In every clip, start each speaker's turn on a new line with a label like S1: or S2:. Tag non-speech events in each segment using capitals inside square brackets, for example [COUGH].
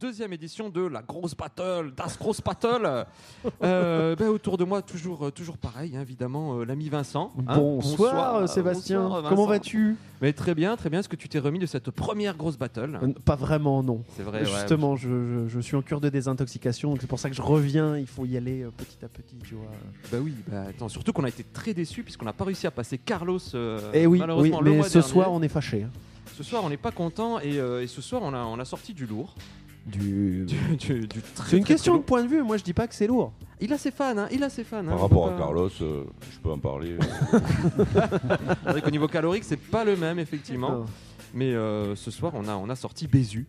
S1: deuxième édition de la grosse battle, Das Grosse Battle. Euh, ben, autour de moi, toujours, euh, toujours pareil, hein, évidemment, euh, l'ami Vincent. hein.
S2: bonsoir,
S1: euh,
S2: Sébastien.
S1: bonsoir, Vincent.
S2: Comment vas-tu
S1: Mais très bien, très bien. Est-ce que tu t'es remis de cette première grosse battle
S2: Euh, Pas vraiment, non.
S1: C'est vrai, Hein ouais.
S2: Justement, je, je- je suis en cure de désintoxication, donc c'est pour ça que je reviens. Il faut y aller euh, petit à petit, tu vois.
S1: Bah oui, bah attends, surtout qu'on a été très déçus puisqu'on n'a pas réussi à passer Carlos. euh,
S2: Eh oui, oui
S1: malheureusement, le
S2: mais
S1: mois
S2: ce
S1: dernier.
S2: soir, on est fâché. hein.
S1: Ce soir, on n'est pas content et, euh, et ce soir, on a, on a sorti du lourd.
S2: Du...
S1: Du- du- du très,
S2: Mm. C'est une
S1: très,
S2: question
S1: très
S2: de point de vue. Moi, je dis pas que c'est lourd.
S1: lourd. Il a ses fans, hein, il a ses fans. hein,
S3: Par
S1: je
S3: rapport
S1: peux
S3: à
S1: pas-
S3: Carlos, euh, je peux
S1: [LAUGHS]
S3: en parler.
S1: C'est vrai qu'au niveau calorique, c'est pas le même, effectivement. Mais euh, ce soir, on a, on a sorti Bézu.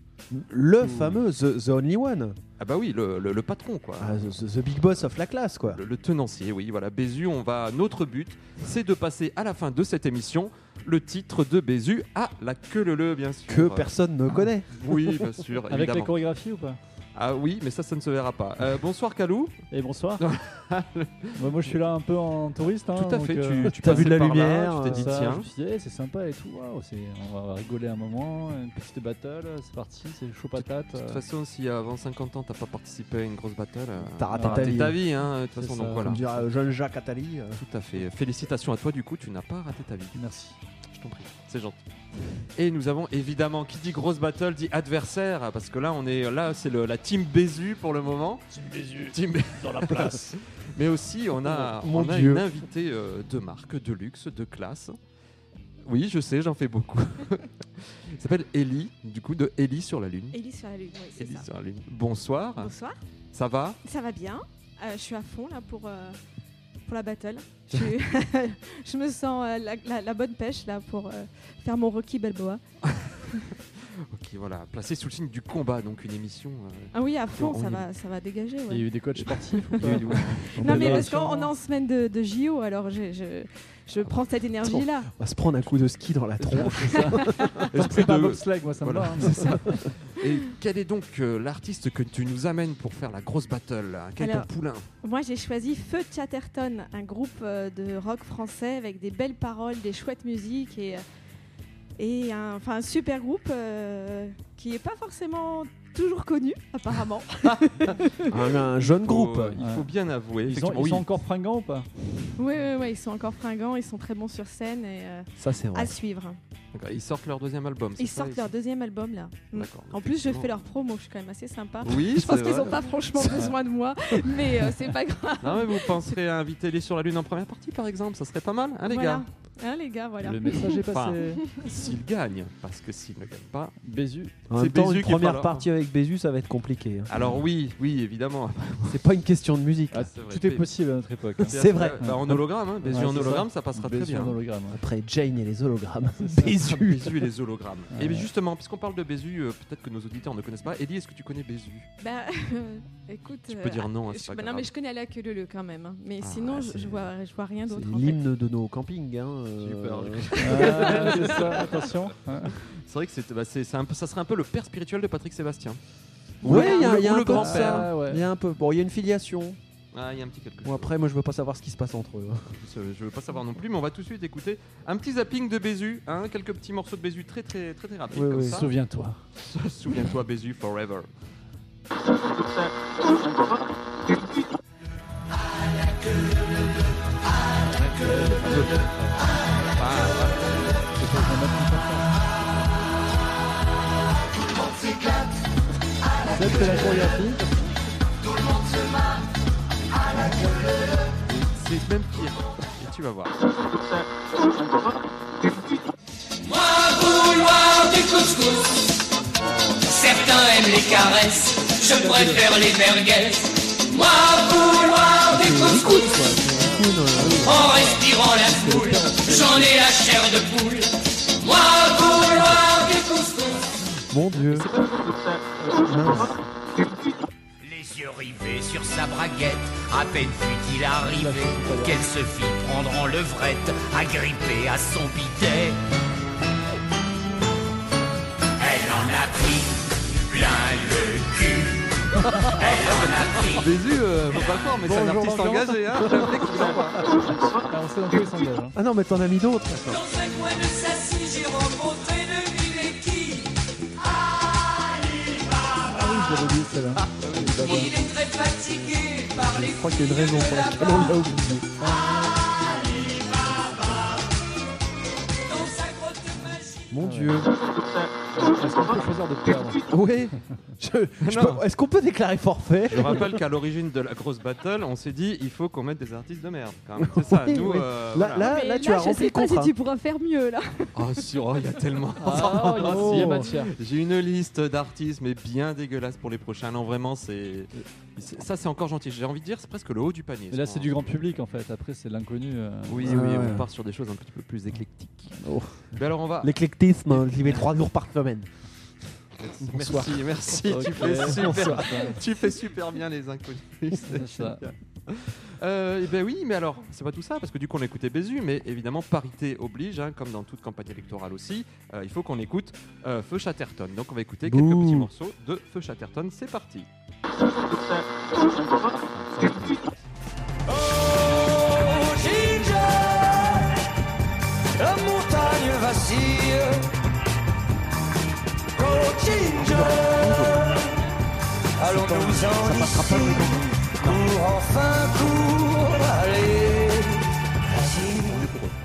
S2: Le
S1: Ouh.
S2: fameux The, The Only One,
S1: Ah bah oui, le, le- le patron, quoi.
S2: Ah, the, the- the Big Boss of la classe, quoi.
S1: Le, le tenancier, oui, voilà. Bézu, on va. Notre but, c'est de passer à la fin de cette émission le titre de Bézu à la queue le le, bien sûr.
S2: Que personne
S1: Ah.
S2: ne connaît.
S1: Oui, bien sûr.
S4: Avec les
S1: évidemment.
S4: chorégraphies ou pas
S1: Ah oui, mais ça, ça ne se verra pas. Euh, bonsoir, Calou.
S4: Et Eh, bonsoir. Bah, [LAUGHS] moi je suis là un peu en touriste. Hein,
S1: Tout à
S4: donc,
S1: fait.
S4: euh,
S1: tu tu
S4: [LAUGHS]
S2: t'as
S1: passais
S2: vu de la
S1: par là,
S2: lumière,
S1: tu t'es dit,
S4: ça, je
S1: tiens.
S4: me suis dit, Eh, c'est sympa et tout. Waouh, c'est- on va rigoler un moment. Une petite battle, c'est parti, c'est chaud patate.
S1: De toute
S4: euh,
S1: façon, si avant 50 ans, t'as pas participé à une grosse battle, euh,
S2: T'as raté
S4: t'as
S2: ta
S4: raté
S2: vie.
S1: ta vie, hein, de toute façon,
S4: C'est
S1: donc
S4: ça.
S1: voilà.
S2: Comme dire euh, jeune Jacques Attali. euh.
S1: Tout à fait. Félicitations à toi, du coup, tu n'as pas raté ta vie.
S4: Merci.
S1: Je t'en prie, [LAUGHS] c'est gentil. Et nous avons évidemment, qui dit grosse battle dit adversaire, parce que là, on est là, c'est le- la team Bézu pour le moment. Team Bézu. dans la place. Mais aussi, on a,
S2: Oh, Mon
S1: on a
S2: Dieu.
S1: une invitée euh, de marque, de luxe, de classe. Oui, je sais, j'en fais beaucoup. [LAUGHS] Elle s'appelle Ellie, du coup, de Ellie sur la Lune.
S5: Élise sur la lune, oui, c'est
S1: Ellie
S5: ça.
S1: sur la Lune. Bonsoir,
S5: Bonsoir,
S1: ça va
S5: ça va bien Euh, Je suis à fond là pour, euh, pour la battle.
S1: [LAUGHS]
S5: Je, suis- [LAUGHS] je me sens euh, la, la- la bonne pêche là pour euh, faire mon Rocky Balboa.
S1: Ok, voilà, placé sous le signe du combat, donc une émission. euh,
S5: [LAUGHS] Ah oui, à fond,
S1: On
S5: ça
S1: y
S5: va, ça va dégager. ouais.
S4: Il y a eu des coachs sportifs ou pas
S1: il y a eu-
S5: Non mais parce
S4: Fédération.
S5: qu'on on est en semaine de, de JO, alors je, je, je prends cette énergie là.
S2: On va se prendre un coup de ski dans la tronche.
S1: [LAUGHS]
S4: C'est ça.
S1: Esprit
S4: C'est pas un
S1: de-
S4: bobsleigh, moi ça
S1: Voilà, [LAUGHS]
S4: me va. hein.
S1: c'est ça. Et quel est donc euh, l'artiste que tu nous amènes pour faire la grosse battle là Quel est ton
S5: Alors- [LAUGHS]
S1: poulain
S5: Moi j'ai choisi Feu Chatterton, un groupe euh, de rock français avec des belles paroles, des chouettes musiques et, euh, et un, enfin, un super groupe euh, qui n'est pas forcément toujours connu
S1: [LAUGHS]
S5: apparemment.
S2: un, un jeune groupe.
S1: Euh, Il faut bien avouer.
S4: Ils, ont-
S1: effectivement,
S4: ils
S1: oui.
S4: sont encore fringants ou pas
S5: Oui, oui, oui, ils sont encore fringants, ils sont très bons sur scène et euh,
S2: Ça, c'est vrai.
S5: à suivre.
S1: D'accord, euh, ils sortent leur deuxième album. c'est
S5: Ils
S1: ça,
S5: sortent leur deuxième album là. Mm.
S1: D'accord.
S5: En plus, je fais leur promo, je suis quand même assez sympa.
S1: Oui,
S5: [LAUGHS] Je pense
S1: c'est
S5: qu'ils
S1: vrai.
S5: n'ont pas franchement besoin de moi, mais euh,
S1: [LAUGHS]
S5: c'est pas grave.
S1: Non, mais vous penserez à inviter les sur la lune en première partie, par exemple, ça serait pas mal, hein les
S5: Voilà. Hein, les gars, voilà.
S4: Le message est
S1: Enfin. [LAUGHS]
S4: passé.
S1: gars. S'ils gagnent, parce que s'ils ne gagnent pas.
S4: Bézu.
S2: En
S1: C'est
S2: même temps,
S1: Bézu hein.
S2: une
S1: qu'il faut
S2: première
S1: alors.
S2: partie avec Bézu, ça va être
S1: [LAUGHS]
S2: compliqué. hein.
S1: Alors oui, oui,
S4: [LAUGHS]
S1: évidemment.
S2: C'est pas une question de musique.
S4: Ah,
S1: C'est vrai.
S4: tout est possible à
S1: [LAUGHS]
S4: notre époque. hein.
S2: C'est vrai.
S1: Bah, en hologramme, hein. Bézu
S4: Ouais,
S1: en
S4: c'est ça.
S1: hologramme, ça, passera
S4: Bézu
S1: très bien.
S4: en hologramme.
S1: [LAUGHS]
S4: hein.
S2: Après Jane et les hologrammes.
S4: ça.
S2: Bézu.
S1: Bézu et les hologrammes.
S4: [LAUGHS] Ouais.
S1: Et bien justement, puisqu'on parle de Bézu, euh, peut-être que nos auditeurs ne connaissent pas. Eddie, est-ce que tu connais Bézu
S5: Bah, [LAUGHS] euh, écoute.
S1: Tu
S5: euh,
S1: peux dire non, hein,
S5: je-
S1: c'est pas
S5: bah,
S1: grave.
S5: non, mais je connais la queue le le quand même. hein. Mais
S1: Ah,
S5: sinon,
S1: ouais,
S5: je,
S1: c'est-
S5: je vois, je vois rien
S2: C'est
S5: d'autre. en fait.
S2: l'hymne de nos campings. hein, euh,
S1: J'ai eu peur, du coup.
S4: Ah, c'est ça, attention. hein.
S1: [LAUGHS] C'est vrai que c'est, bah, c'est- c'est un peu, ça serait un peu le père spirituel de Patrick Sébastien.
S2: [LAUGHS] Ouais,
S1: Ou
S2: il y a,
S1: le-
S2: il y a
S1: ou
S2: un
S1: le
S2: peu de
S1: grand-père.
S2: ça.
S4: Ah, ouais.
S2: Il y a un peu. Bon, il y a une filiation.
S1: Ah, il y a un petit quelque
S2: Bon,
S1: chose.
S2: après, moi, je veux pas savoir ce qui se passe entre eux. hein.
S1: Je je veux pas savoir non plus, mais on va tout de suite écouter un petit zapping de Bézu, hein, quelques petits morceaux de Bézu très très très très rapides
S2: Oui,
S1: comme
S2: oui.
S1: ça.
S4: Souviens-toi.
S1: Souviens-toi Bézu forever.
S4: Ça, c'est la chorégraphie.
S1: C'est même pire. Et tu vas voir.
S6: vouloir du couscous. Certains aiment les caresses, je préfère les merguez. Moi vouloir du couscous, en respirant la foule, j'en ai la chair de poule. Moi vouloir du couscous.
S2: Mon dieu. Mince.
S6: Les yeux rivés sur sa braguette, à peine fut-il arrivé qu'elle se fit prendre en levrette, agrippée à son bidet. Elle en a pris plein le cul.
S1: Bézu, euh, faut pas le croire, mais c'est un
S4: Bonjour,
S1: artiste
S4: bonjour.
S1: engagé. Hein, c'est un mec qui s'en va.
S4: Ah, on sait dans quoi ils s'engagent. hein.
S2: Ah non, mais t'en as mis d'autres.
S6: Dans un coin de sa scie, j'ai rencontré le mille et qui
S4: Ah oui, je l'avais celle-là.
S6: Il est très fatigué par les
S4: Je crois qu'il y a une raison pour laquelle on l'a oublié.
S6: dans sa grotte magique.
S2: Mon
S4: Ah ouais.
S2: Dieu.
S4: Est-ce qu'on peut choisir de perdre
S2: Ah Oui. Je- je
S1: Non.
S2: peux- Est-ce qu'on peut déclarer forfait
S1: Je rappelle qu'à l'origine de la grosse battle, on s'est dit il faut qu'on mette des artistes de merde. quand même. C'est ça,
S2: Oui,
S1: nous.
S2: oui.
S1: euh,
S2: Là,
S1: voilà.
S2: Ah, là,
S5: Mais
S2: là, tu as
S5: je
S2: rempli
S5: sais
S2: le
S5: pas si
S2: contrat.
S5: tu pourras faire mieux là.
S1: Ah, si, oh, il y a tellement. [LAUGHS]
S4: Ah, il y a-
S1: Oh.
S4: il y a matière.
S1: J'ai une liste d'artistes, mais bien dégueulasse pour les prochains. Non, vraiment, c'est. c'est- Ça, c'est encore gentil. J'ai envie de dire, c'est presque le haut du panier.
S4: Mais là,
S1: ce
S4: c'est du
S1: moment.
S4: grand public en fait. Après, c'est de l'inconnu. euh.
S1: Oui,
S2: Ah
S1: oui,
S2: ouais.
S1: on part sur des choses un petit peu plus éclectiques.
S2: Oh.
S1: Mais alors, on va.
S2: L'éclectisme, hein, j'y vais trois jours par semaine.
S4: Bonsoir.
S1: Merci,
S4: [LAUGHS]
S1: merci. tu,
S4: Ok,
S1: fais super,
S4: bonsoir.
S1: tu fais super bien les inconnus. C'est [LAUGHS]
S4: ça.
S1: génial. Euh, et ben oui, mais alors, c'est pas tout ça, parce que du coup, on écoutait Bézu, mais évidemment, parité oblige, hein, comme dans toute campagne électorale aussi, euh, il faut qu'on écoute euh, Feu Chatterton. Donc, on va écouter quelques
S2: Bouh.
S1: petits morceaux de Feu Chatterton. C'est parti.
S6: Oh Ginger, la montagne vacille. Oh Ginger, allons-nous en ici pour enfin pour aller.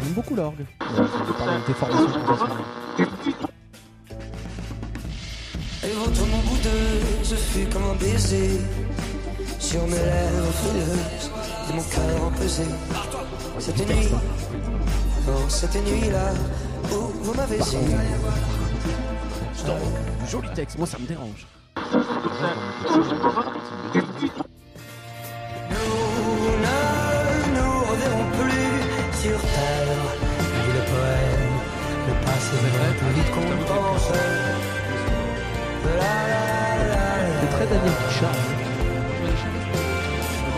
S2: J'aime beaucoup l'orgue. Parle de tes formations professionnelles.
S6: Et votre mon boudeux, je fus comme un baiser sur mes lèvres frileuses et mon cœur empesé. Cette nuit, dans cette nuit-là, où vous m'avez su. ah,
S2: Joli texte, moi ça me dérange.
S6: Nous ne nous reverrons plus sur terre. Ni le poème, le passé vrai, plus vite qu'on pense. La, la, la, la.
S2: C'est très Daniel Pichard.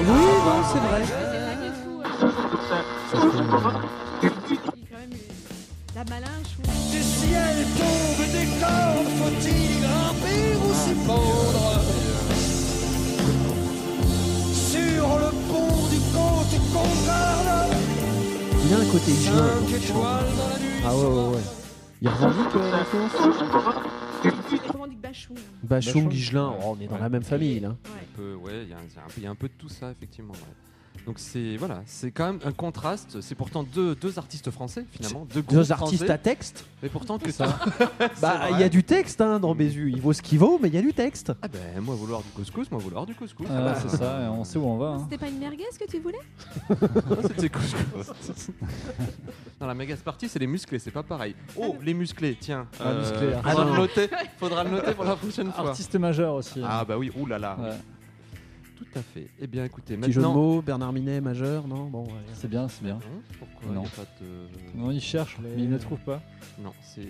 S2: Oui, non, c'est vrai.
S5: hein. Il y a quand même eu la malinche. ou-
S6: Du ciel tombe des cordes, faut-il grimper ou s'y pendre Sur le pont du comte Concorde,
S2: Il y a un côté juin.
S6: cinq étoiles dans la nuit.
S2: Ah ouais, ouais, ouais. Il revendique euh, l'influence
S5: Il revendique Bachung.
S2: Bachon,
S4: Bachung.
S2: Guigelin, oh, on est dans
S1: Ouais.
S2: la même famille là.
S5: Ouais.
S1: Un peu- ouais, il y, a un- c'est un peu- il y a un peu de tout ça, effectivement. ouais. Donc, c'est voilà, c'est quand même un contraste. C'est pourtant deux, deux artistes français, finalement. Deux, groupes
S2: Deux artistes
S1: français,
S2: à texte
S1: Mais pourtant que
S4: Ça.
S1: ça. [LAUGHS] C'est
S2: Bah, il
S1: vrai.
S2: y a du texte hein, dans Bézu. Il vaut ce qu'il vaut, mais il y a du texte.
S1: Ah ben, moi vouloir du couscous, moi vouloir du couscous.
S4: Ah, c'est ça, et on sait où on va. hein.
S5: C'était pas une merguez que tu voulais Oh,
S1: Ah, [LAUGHS] C'était couscous. Dans la méga partie, c'est les musclés, c'est pas pareil. Oh, les musclés, tiens. euh,
S4: Ah, musclés, ah,
S1: faudra,
S2: non.
S1: le noter, faudra le noter pour la prochaine fois.
S4: Artiste majeur aussi. hein.
S1: Ah bah oui, oulala.
S4: Ouais,
S1: Tout à fait. Eh bien, écoutez,
S2: Petit jeu de
S1: maintenant.
S2: mots, Bernard Minet, majeur, non Bon, ouais.
S4: C'est bien, c'est bien.
S1: Non, pourquoi
S4: Non.
S1: y a pas de-
S4: Non, il cherche, mais il ne trouve pas.
S1: Non, c'est.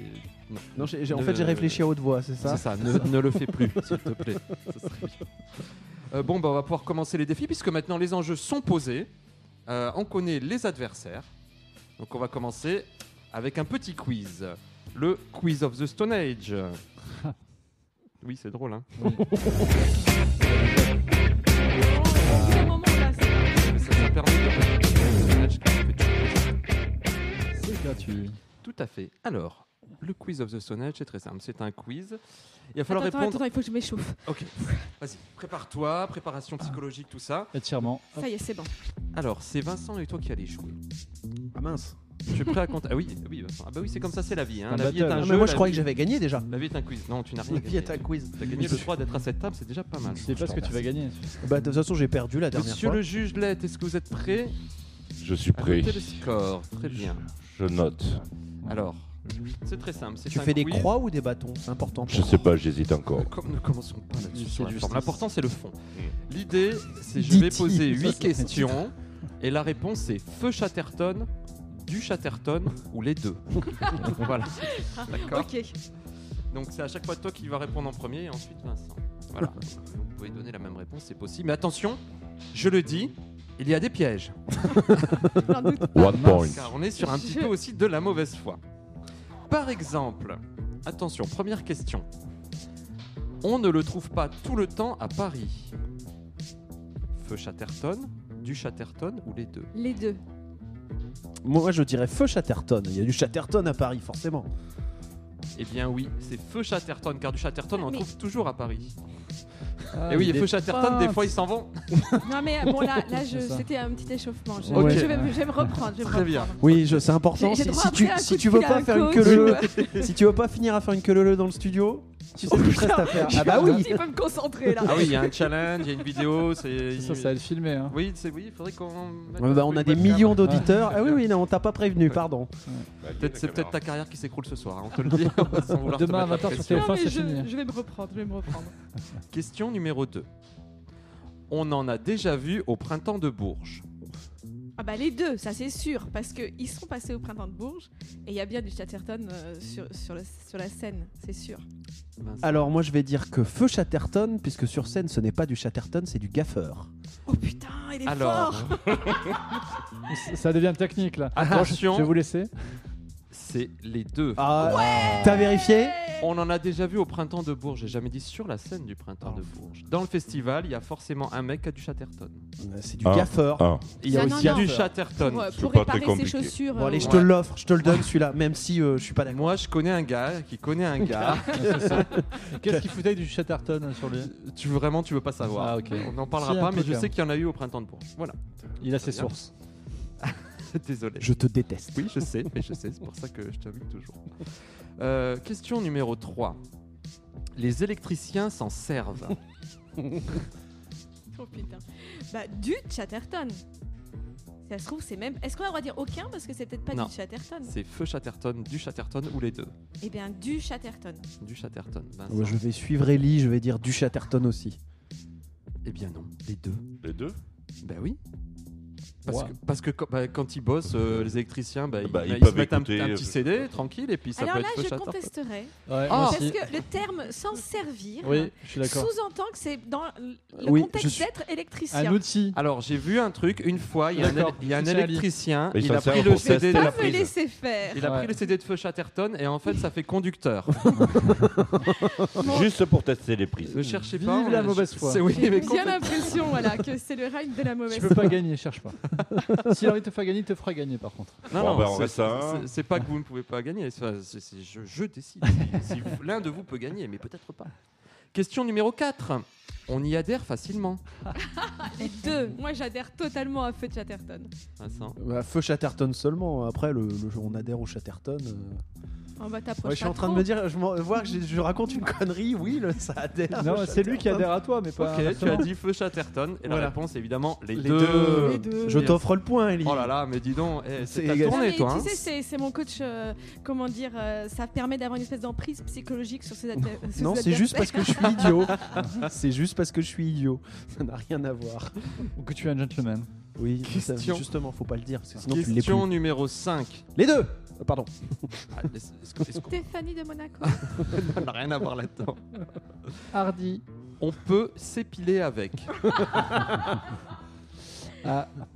S1: Non.
S2: Non, j'ai- j'ai- en
S1: Ne-
S2: fait, j'ai réfléchi à haute voix, c'est ça
S1: C'est ça, [LAUGHS] ne, ne le fais plus, s'il te [LAUGHS] plaît. Ce serait bien. Euh, bon, bah, on va pouvoir commencer les défis, puisque maintenant les enjeux sont posés. Euh, on connaît les adversaires. Donc on va commencer avec un petit quiz. Le quiz of the Stone [LAUGHS] Age. Oui, c'est drôle, hein.
S5: C'est le moment là. c'est-
S1: Mais Ça, ça permet de...
S4: C'est gratuit.
S1: Tout à fait. Alors, le quiz of the Stone Age, c'est très simple. C'est un quiz. Il va
S5: Attends,
S1: falloir
S5: attends,
S1: répondre.
S5: attends, il faut que je m'échauffe.
S1: Ok, vas-y, prépare-toi, préparation psychologique, tout ça.
S4: Étirement.
S1: Ah.
S5: Ça y est, c'est bon.
S1: Alors, c'est Vincent et toi qui allez jouer.
S2: Ah mince.
S1: Je suis prêt à compter. Ah oui, oui, Vincent. Ah bah oui, c'est comme ça, c'est la vie. hein.
S4: Un
S1: La vie est
S4: battle.
S1: un
S2: Ah,
S1: jeu.
S2: mais moi,
S1: la
S2: je croyais
S1: vie-
S2: que j'avais gagné déjà.
S1: La vie est un quiz. Non, tu n'as rien
S2: La vie
S1: gagné.
S2: est un quiz.
S1: T'as gagné le droit d'être à cette table, c'est déjà pas mal.
S4: C'est pas ce que tu vas gagner.
S2: Bah, de toute façon, j'ai perdu la dernière
S1: Monsieur
S2: fois.
S1: le juge Lett, est-ce que vous êtes prêt
S3: Je suis
S1: à
S3: prêt.
S1: noter le score Très bien.
S3: Je note.
S1: Alors, c'est très simple. c'est
S2: Tu
S1: un
S2: fais des
S1: quiz.
S2: croix ou des bâtons C'est important.
S3: Je sais pas, j'hésite
S1: Euh, [LAUGHS]
S3: encore.
S1: Comme ne commençons pas là-dessus. sur la
S4: justice.
S1: forme. L'important, c'est le fond. L'idée, c'est je vais
S2: Dit-il.
S1: poser 8
S2: Ça, c'est un titre.
S1: questions et la réponse c'est feu Chatterton, du Chatterton ou les deux. [LAUGHS] voilà. D'accord.
S5: Ok.
S1: Donc c'est à chaque fois toi qui vas répondre en premier et ensuite Vincent. Voilà.
S4: [LAUGHS]
S1: Donc, Vous pouvez donner la même réponse, c'est possible. Mais attention, je le dis, il y a des pièges.
S2: [LAUGHS]
S5: J'en doute.
S1: Ah,
S3: One point.
S1: Car on est sur un petit
S5: Je-
S1: peu aussi de la mauvaise foi. Par exemple, attention, première question. On ne le trouve pas tout le temps à Paris. Feu Chatterton, du Chatterton ou les deux
S5: Les deux.
S2: Moi, je dirais feu Chatterton. Il y a du Chatterton à Paris, forcément.
S1: Eh bien oui, c'est Feu Chatterton, car du Chatterton on en
S5: Mais-
S1: trouve toujours à Paris.
S4: Ah,
S1: Et oui, les feux Chatterton, des fois, ils s'en vont.
S5: Non, mais bon, là,
S1: [LAUGHS]
S5: là je-
S4: C'est ça.
S5: c'était un petit échauffement. Je,
S1: Ok.
S5: je vais, me- je vais me reprendre. je vais me
S1: Très bien.
S5: reprendre.
S2: Oui, je- c'est important.
S5: J'ai- j'ai
S2: Si,
S5: droit
S2: si
S5: après
S2: tu,
S5: un coup
S2: si
S5: de
S2: tu veux
S5: fil à
S2: pas
S5: un
S2: faire une
S5: coach. [LAUGHS]
S2: queue leu leu, si tu veux pas finir à faire une queue leu leu dans le studio, tu sais ce qu'il te reste à [LAUGHS] faire. Ah bah
S5: Un
S2: oui.
S5: petit peu me concentrer là.
S1: Ah oui, il y a un challenge, il y a une vidéo. C'est
S4: Ça, ça va être filmé. Hein.
S1: Oui, c'est oui, il faudrait qu'on. mette
S2: Ouais,
S1: un
S2: bah,
S1: peu
S2: on
S1: une
S2: a des
S1: webcam.
S2: millions d'auditeurs. Ah oui, oui, non, on t'a pas prévenu, pardon.
S1: Peut-être- c'est peut-être ta carrière qui s'écroule ce soir, hein, on te le dit. sans vouloir te
S4: Demain,
S1: mettre la
S4: 20
S1: pression.
S4: sur
S5: Non,
S4: TF1,
S5: mais
S4: c'est
S5: je,
S4: fini.
S5: je vais me reprendre. Je vais me reprendre.
S1: Question numéro 2. On en a déjà vu au printemps de Bourges.
S5: Ah bah les deux, ça c'est sûr, parce qu'ils sont passés au printemps de Bourges et il y a bien du Chatterton euh, sur, sur, le- sur la scène, c'est sûr.
S1: Vincent.
S2: Alors moi je vais dire que feu Chatterton, puisque sur scène ce n'est pas du Chatterton, c'est du gaffeur.
S5: Oh putain, il est
S1: Alors,
S5: fort
S4: Ça- Ça devient technique là.
S1: Attention.
S4: Je vais vous laisser.
S1: c'est les deux.
S2: Ah, t'as vérifié
S1: On en a déjà vu au printemps de Bourges, j'ai jamais dit sur la scène du printemps
S4: Ah.
S1: de Bourges. Dans le festival, il y a forcément un mec qui a du Chatterton.
S2: C'est du
S3: Ah.
S2: gaffeur.
S1: Il y a
S5: Non, non,
S1: aussi
S5: non.
S1: du Chatterton.
S5: Pour, euh,
S3: C'est
S5: pour
S3: pas très
S5: réparer ses
S3: compliqué.
S5: chaussures.
S2: Bon
S5: euh,
S2: allez, je
S5: au-
S2: te l'offre, je te le donne celui-là, même si euh, je suis pas [LAUGHS] d'accord.
S1: Moi, je connais un gars qui connaît un
S2: [LAUGHS]
S1: gars.
S2: Ah.
S4: Qu'est-ce qu'il foutait du Chatterton sur lui
S1: tu veux vraiment, tu veux pas savoir.
S4: Ah, ok.
S1: On n'en parlera
S4: Si, un
S1: pas,
S4: peu
S1: mais je
S4: quand
S1: sais
S4: même.
S1: qu'il y en a eu au printemps de Bourges. Voilà. [LAUGHS]
S4: Il a ses
S1: Très bien.
S4: sources.
S1: Désolé.
S2: Je te déteste.
S1: Oui, je sais, mais je sais, c'est pour ça que je t'invite toujours. Euh, question numéro 3. Les électriciens s'en servent.
S5: Oh putain. Bah du Chatterton. Si ça se trouve, c'est même. Est-ce qu'on a le droit de dire aucun parce que c'est peut-être pas
S1: Non.
S5: du Chatterton
S1: C'est feu Chatterton, du Chatterton ou les deux
S5: Eh bien du Chatterton.
S1: Du Chatterton.
S4: Ah
S1: Vincent.
S2: je vais suivre Ellie, je vais dire du Chatterton aussi.
S1: Eh bien non, les deux.
S3: Les deux
S1: Ben oui. Parce,
S4: Wow.
S1: que, parce que quand- bah, quand ils bossent, euh, les électriciens, bah, ils,
S3: Bah, ils
S1: bah, ils se
S3: peuvent
S1: mettent un,
S3: écouter,
S1: un
S3: euh,
S1: petit CD tranquille et puis ça
S5: Alors
S1: peut
S5: là,
S1: être feu
S5: je
S1: Chatterton.
S5: contesterai.
S4: Ouais,
S1: Ah.
S4: moi
S5: Parce
S4: aussi.
S5: que le terme s'en servir
S4: Oui, je suis d'accord.
S5: sous-entend que c'est dans le
S2: Oui,
S5: contexte
S2: je suis-
S5: d'être électricien.
S4: Un outil.
S1: Alors j'ai vu un truc une fois, il y a un,
S4: D'accord,
S1: éle- il y a un
S4: c'est Ali.
S1: électricien,
S3: Mais il
S1: il
S3: s'en
S1: a
S3: sert
S1: pris le
S3: pour
S1: CD de
S5: Pas
S1: la
S5: me
S1: prise.
S5: laisser faire.
S1: Il a pris
S4: Ouais.
S1: le CD de feu Chatterton et en fait ça fait conducteur. Oh,
S3: Juste pour tester les prises.
S1: Ne cherchez
S4: Vive
S1: pas. on
S4: la
S1: a-
S4: mauvaise foi.
S1: C'est oui,
S5: J'ai
S1: mais
S5: bien l'impression voilà, que c'est le règne de la mauvaise
S4: Tu peux pas gagner, cherche pas. [LAUGHS] S'il a envie de te faire gagner, il te fera gagner par contre.
S1: Non,
S3: Bon,
S1: non,
S3: ben, on
S1: c'est-
S3: reste à
S1: c'est-
S3: un.
S1: c'est pas que vous ne pouvez pas gagner. c'est- c'est- c'est- je, je décide. Si- si vous- L'un de vous peut gagner, mais peut-être pas. Question numéro 4. On y adhère facilement.
S5: Les deux. Moi, j'adhère totalement à Feu de Chatterton.
S1: Vincent.
S2: Bah, feu Chatterton seulement, après le, le- on adhère au Chatterton. euh.
S5: On va t'approcher.
S2: Ouais, je suis en train de me dire, je m'en- voir que j'ai- je raconte une connerie, oui, le, ça
S1: Ah,
S2: adhère. au
S4: Non, c'est lui qui
S2: Chatterton.
S4: adhère à toi, mais pas.
S1: Ok, tu as
S4: inversement.
S1: dit feu Chatterton. Et
S2: Voilà.
S1: la réponse, évidemment, les,
S2: Les
S1: deux.
S2: deux.
S5: Les deux.
S2: Je t'offre le point, Ellie.
S1: Oh là là, mais dis donc, eh,
S2: C'est
S1: c'est ta
S2: égal.
S5: Non, mais
S1: tournée, toi.
S5: tu
S1: hein.
S5: sais, c'est- c'est mon coach, euh, comment dire, euh, ça permet d'avoir une espèce d'emprise psychologique sur ses adver- sur ses adversaires.
S2: Non, c'est juste parce que je suis
S5: [LAUGHS]
S2: idiot. c'est juste parce que je suis idiot. Ça n'a rien à voir.
S4: Ou que tu es un gentleman.
S2: Oui,
S1: Question.
S2: ça, justement, faut pas le dire, parce que sinon tu l'es plus.
S1: Question numéro 5.
S2: Les deux Euh, Pardon.
S1: Est-ce que-
S5: [LAUGHS]
S1: est-ce qu'on
S5: Stéphanie de
S2: [LAUGHS]
S5: Monaco.
S1: n'a rien à voir là-dedans
S4: Hardy.
S1: On peut s'épiler avec.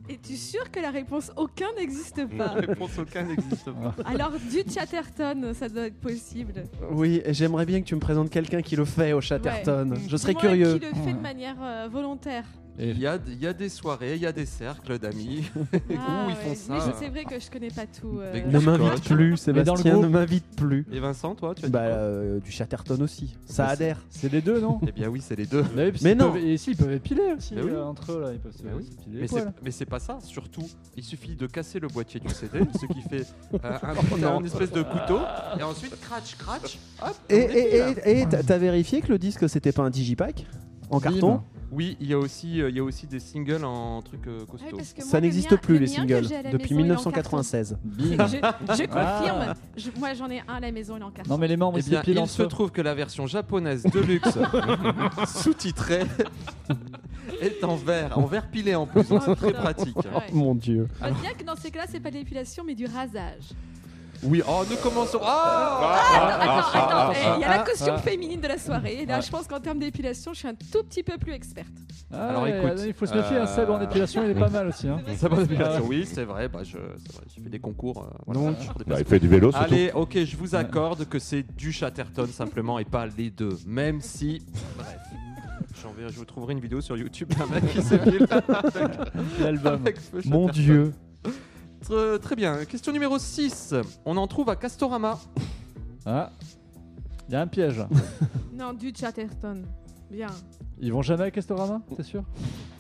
S5: Es-tu sûr que la réponse aucun n'existe pas
S1: réponse aucun n'existe pas.
S5: Alors, du Chatterton, ça doit être possible.
S2: Oui, et j'aimerais bien que tu me présentes quelqu'un qui le fait au Chatterton. Je serais
S5: Moi,
S2: curieux.
S5: Qui le fait de manière euh, volontaire.
S1: Il y a, il y a des soirées, il y a des cercles d'amis
S5: Ah,
S1: où ils
S5: ouais.
S1: font ça.
S5: Mais je- c'est vrai que je connais pas tout. euh,
S1: Avec
S2: Ne
S1: du
S2: m'invite
S1: scotch.
S2: plus,
S4: dans le
S2: Sébastien, ne
S4: groupe.
S2: m'invite plus.
S1: Et Vincent, toi, tu as dit
S2: Bah,
S1: quoi
S2: euh, du Chatterton aussi. Ça
S4: Mais
S2: adhère.
S4: C'est les deux, non
S1: Eh bien oui, c'est les deux.
S4: Bah oui, parce
S2: Mais
S4: qu'ils
S2: non.
S4: peuvent- Et si, ils peuvent épiler aussi
S1: Mais oui.
S4: euh, entre eux là. Ils peuvent se
S1: Mais oui.
S4: s'épiler les
S1: Mais c'est,
S4: poils.
S1: mais c'est pas ça, surtout, il suffit de casser le boîtier du [LAUGHS] CD, ce qui fait euh, un,
S2: non.
S1: une espèce de [LAUGHS] couteau, et ensuite, crash, crash, hop,
S2: Et-
S1: on est
S2: Et
S1: bien.
S2: et- et t'as t'as vérifié que le disque c'était pas un digipack En
S4: Bim.
S2: carton
S1: Oui, il y, a aussi, euh, il y a aussi des singles en truc euh,
S5: Ah oui,
S1: costaud.
S5: parce que moi,
S2: Ça
S5: le
S2: n'existe
S5: mien-
S2: plus
S5: le
S2: les
S5: mien que
S2: singles
S5: j'ai à la
S2: depuis
S5: maison, il est en carton.
S2: 1996.
S5: C'est que Je, je confirme.
S4: Ah.
S5: Je- moi, j'en ai un à la maison, il est en carton.
S4: Non, mais les membres
S1: Eh
S4: ils
S1: bien,
S4: s'épilent
S1: il se
S4: entre eux.
S1: trouve que la version japonaise de [LAUGHS] luxe, [LAUGHS] sous-titrée, est en verre, en verre pilé en plus, donc c'est très
S5: putain.
S1: pratique. hein.
S5: Ouais.
S2: Oh, Mon dieu.
S5: Faut dire que dans ces cas-là, c'est pas de l'épilation, mais du rasage.
S1: Oui, oh, nous commençons. Ah
S5: Attends, attends, eh, il y a la
S4: ah,
S5: caution
S4: ah.
S5: féminine de la soirée. Et là,
S2: Ah.
S4: Ouais.
S5: je pense qu'en termes d'épilation, je suis un tout petit peu plus experte.
S4: Ah,
S1: Alors,
S4: ouais,
S1: écoute,
S4: Il faut se méfier, un
S1: euh,
S4: Seb en épilation, il est
S1: [LAUGHS]
S4: pas mal aussi. hein.
S1: Ça va,
S4: Ah.
S1: oui, c'est vrai, bah, je, c'est vrai, je fais des concours. euh, voilà,
S4: Donc,
S1: je suis pour des
S3: Bah, il fait du vélo, surtout.
S1: Allez, ok, je vous accorde que c'est du Chatterton simplement et pas les deux. Même si. Bref. J'en verrai- je vous trouverai une vidéo sur YouTube d'un mec qui se file [LAUGHS]
S4: L'album.
S1: avec feu
S2: Mon
S1: Chatterton.
S2: dieu.
S1: Tr- très bien. Question numéro 6. On en trouve à Castorama.
S4: Ah. Il y a un piège.
S5: Non, du Chatterton. Bien.
S1: Il
S4: Ils vont jamais à Castorama, t'es sûr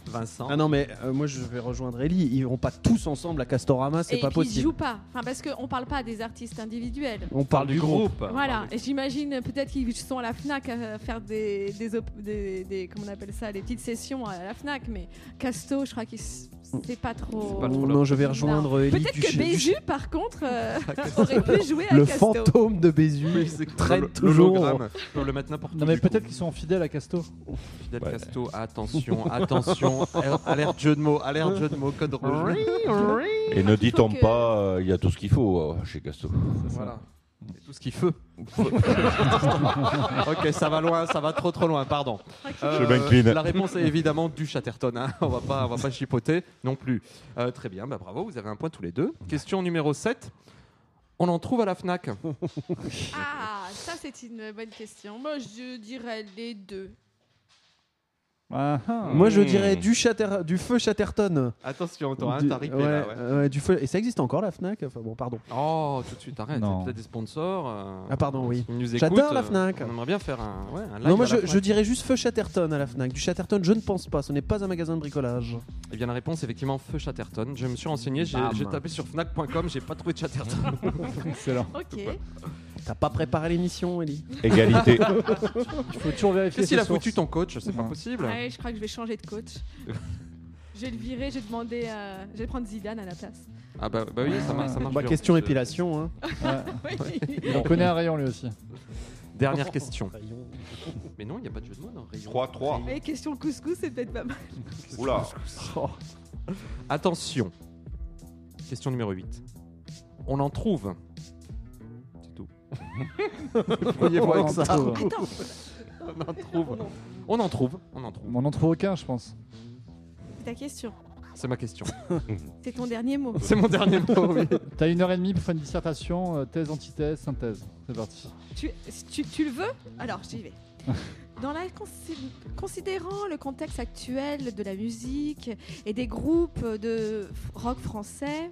S1: Vincent.
S2: Ah non, mais euh, moi je vais rejoindre Ellie. Ils vont pas tous ensemble à Castorama, c'est
S5: et
S2: pas
S5: puis ils
S2: possible.
S5: jouent pas. Enfin, parce qu'on parle pas des artistes individuels.
S2: On parle du groupe.
S5: Voilà, et j'imagine euh, peut-être qu'ils sont à la Fnac à faire des, des, op- des- des- comment on appelle ça, les petites sessions à la Fnac, mais Casto, je crois qu'il s- c'est pas trop.
S1: pas trop
S2: non,
S1: le-
S2: je vais rejoindre euh, Ellie
S5: Peut-être que
S2: Duché-
S5: Béju, par contre,
S2: [LAUGHS]
S5: euh, aurait pu jouer à
S2: Le
S5: Casto.
S2: fantôme de Bézu traîne toujours.
S1: l'hologramme. Ils peuvent le mettre n'importe où.
S4: Non mais
S1: du coup.
S4: peut-être qu'ils sont fidèles à Casto.
S1: Fidel
S3: Ouais.
S1: Casto, attention, attention. alerte- [LAUGHS] Alerte jeu de mots, alerte jeu de mots, code rouge.
S3: Et ne dit-on
S5: que-
S3: pas, euh, il y a tout ce qu'il faut euh,
S1: [LAUGHS]
S3: chez Casto.
S1: Voilà. Et tout ce qui [LAUGHS] feu. ok, ça va loin, ça va trop trop loin, pardon. Euh.
S3: Je m'incline.
S1: la réponse est évidemment du Chatterton. hein. On va pas, on va pas chipoter non plus. Euh, très bien, bah, bravo, vous avez un point tous les deux. Question numéro 7. On en trouve à la Fnac.
S5: Ah, ça c'est une bonne question. Moi, je dirais les deux.
S4: Ah, ah.
S2: Moi je
S3: Hmm.
S2: dirais du, Chatter- du feu Chatterton.
S1: Attention, t'auras un
S2: Du-
S1: tarif
S2: ouais,
S1: là. ouais.
S2: euh, du feu. Et ça existe encore la Fnac Enfin bon, pardon.
S1: Oh, tout de suite, arrête.
S4: Non.
S1: Peut-être des sponsors. euh,
S2: Ah pardon, oui.
S1: Ils nous
S2: J'adore
S1: écoutent,
S2: la
S1: euh,
S2: Fnac.
S1: On aimerait bien faire un, ouais, un live.
S2: non, moi
S1: à la
S2: je,
S1: Fnac.
S2: je dirais juste feu Chatterton à la Fnac. Du Chatterton, je ne pense pas. Ce n'est pas un magasin de bricolage.
S1: Eh bien, la réponse, effectivement, feu Chatterton. Je me suis renseigné, j'ai
S2: Bam.
S1: j'ai tapé sur Fnac.com, j'ai pas trouvé de Chatterton.
S2: [LAUGHS]
S4: Excellent.
S5: Ok.
S2: T'as pas préparé l'émission, Ellie
S1: [LAUGHS]
S3: Égalité.
S4: Il faut toujours vérifier.
S1: Qu'est-ce qu'il
S4: ses
S1: a foutu
S4: sources.
S1: ton coach C'est pas
S4: Ouais.
S1: possible.
S5: Ouais, je crois que je vais changer de coach. je vais le virer, je vais demander, euh, je vais prendre Zidane à la place.
S1: Ah bah, bah oui, ça marche. Ça marche
S2: Bah,
S1: bien.
S2: question
S1: Je-
S2: épilation. Hein.
S4: Ouais.
S5: Oui.
S4: Il en connaît un rayon lui aussi.
S1: Dernière question. [LAUGHS] Mais non, il n'y a pas de jeu de mots dans Rayon.
S3: 3-3.
S5: [LAUGHS] Mais question couscous, c'est peut-être pas mal.
S3: Oula.
S1: Attention. Question numéro 8. On en trouve. C'est tout. Voyez-vous
S4: On
S1: avec
S4: en
S1: ça.
S2: [LAUGHS]
S4: trouve.
S1: On
S5: Attends,
S1: en trouve. On en trouve. On en trouve.
S4: On en trouve aucun, je pense.
S5: c'est ta question.
S1: C'est ma question.
S5: C'est ton dernier mot.
S1: [LAUGHS] C'est mon dernier mot. [LAUGHS] oui.
S4: T'as une heure et demie pour faire une dissertation, euh, thèse, antithèse, synthèse. C'est parti.
S5: Tu, si tu, tu le veux Alors, j'y vais. Dans la consi- considérant le contexte actuel de la musique et des groupes de f- rock français,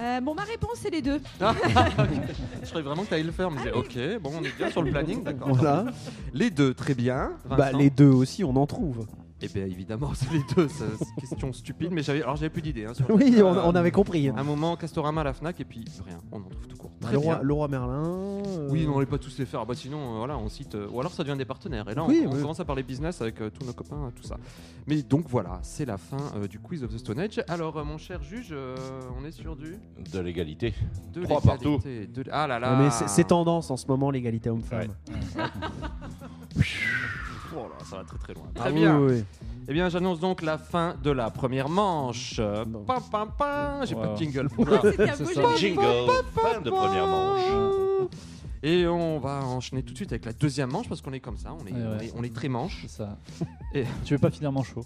S5: euh, bon, ma réponse, c'est les deux.
S1: Je croyais vraiment que t'allais le faire. Mais je disais, ok, bon, on est bien sur le planning, d'accord.
S2: Voilà.
S1: Les deux, très bien.
S2: Bah,
S1: Vincent.
S2: les deux aussi, on
S1: [LAUGHS]
S2: en trouve.
S1: Eh bien, évidemment, c'est les deux. C'est une question stupide, mais j'avais, alors j'avais plus d'idée. hein, sur-
S2: Oui, on,
S1: Euh,
S2: on avait compris.
S1: Un moment, Castorama à la Fnac, et puis rien, on en trouve tout court. Très
S2: Le roi,
S1: bien.
S2: le roi Merlin. euh,
S1: Oui, on ne pas tous les faire. Ah Bah, sinon, euh, voilà, on cite. euh, ou alors, ça devient des partenaires. Et là, on,
S2: Oui,
S1: on
S2: oui.
S1: commence à parler business avec euh, tous nos copains, tout ça. Mais donc, voilà, c'est la fin euh, du quiz of the Stone Age. Alors, euh, mon cher juge, euh, on est sur du.
S3: De l'égalité.
S1: De
S3: Trois
S1: l'égalité, de l- Ah là là.
S2: Mais c'est- c'est tendance en ce moment, l'égalité homme-femme.
S1: Oh là, ça va très très loin.
S2: Ah
S1: Très
S2: oui,
S1: bien.
S2: oui, oui.
S1: Eh bien, j'annonce donc la fin de la première manche. Euh,
S2: Non.
S1: Pam, pam, pam. J'ai pas de
S4: Wow.
S2: [LAUGHS]
S1: jingle.
S5: C'était à
S4: C'est
S5: vous,
S4: ça.
S5: j'avais-
S3: Jingle. Fin de première manche.
S1: Et on va enchaîner tout de suite avec la deuxième manche parce qu'on est comme ça, on est,
S4: Ouais,
S1: on
S4: ouais.
S1: est, on est très manche.
S4: C'est ça.
S1: Et-
S4: [LAUGHS] Tu veux pas finir manchot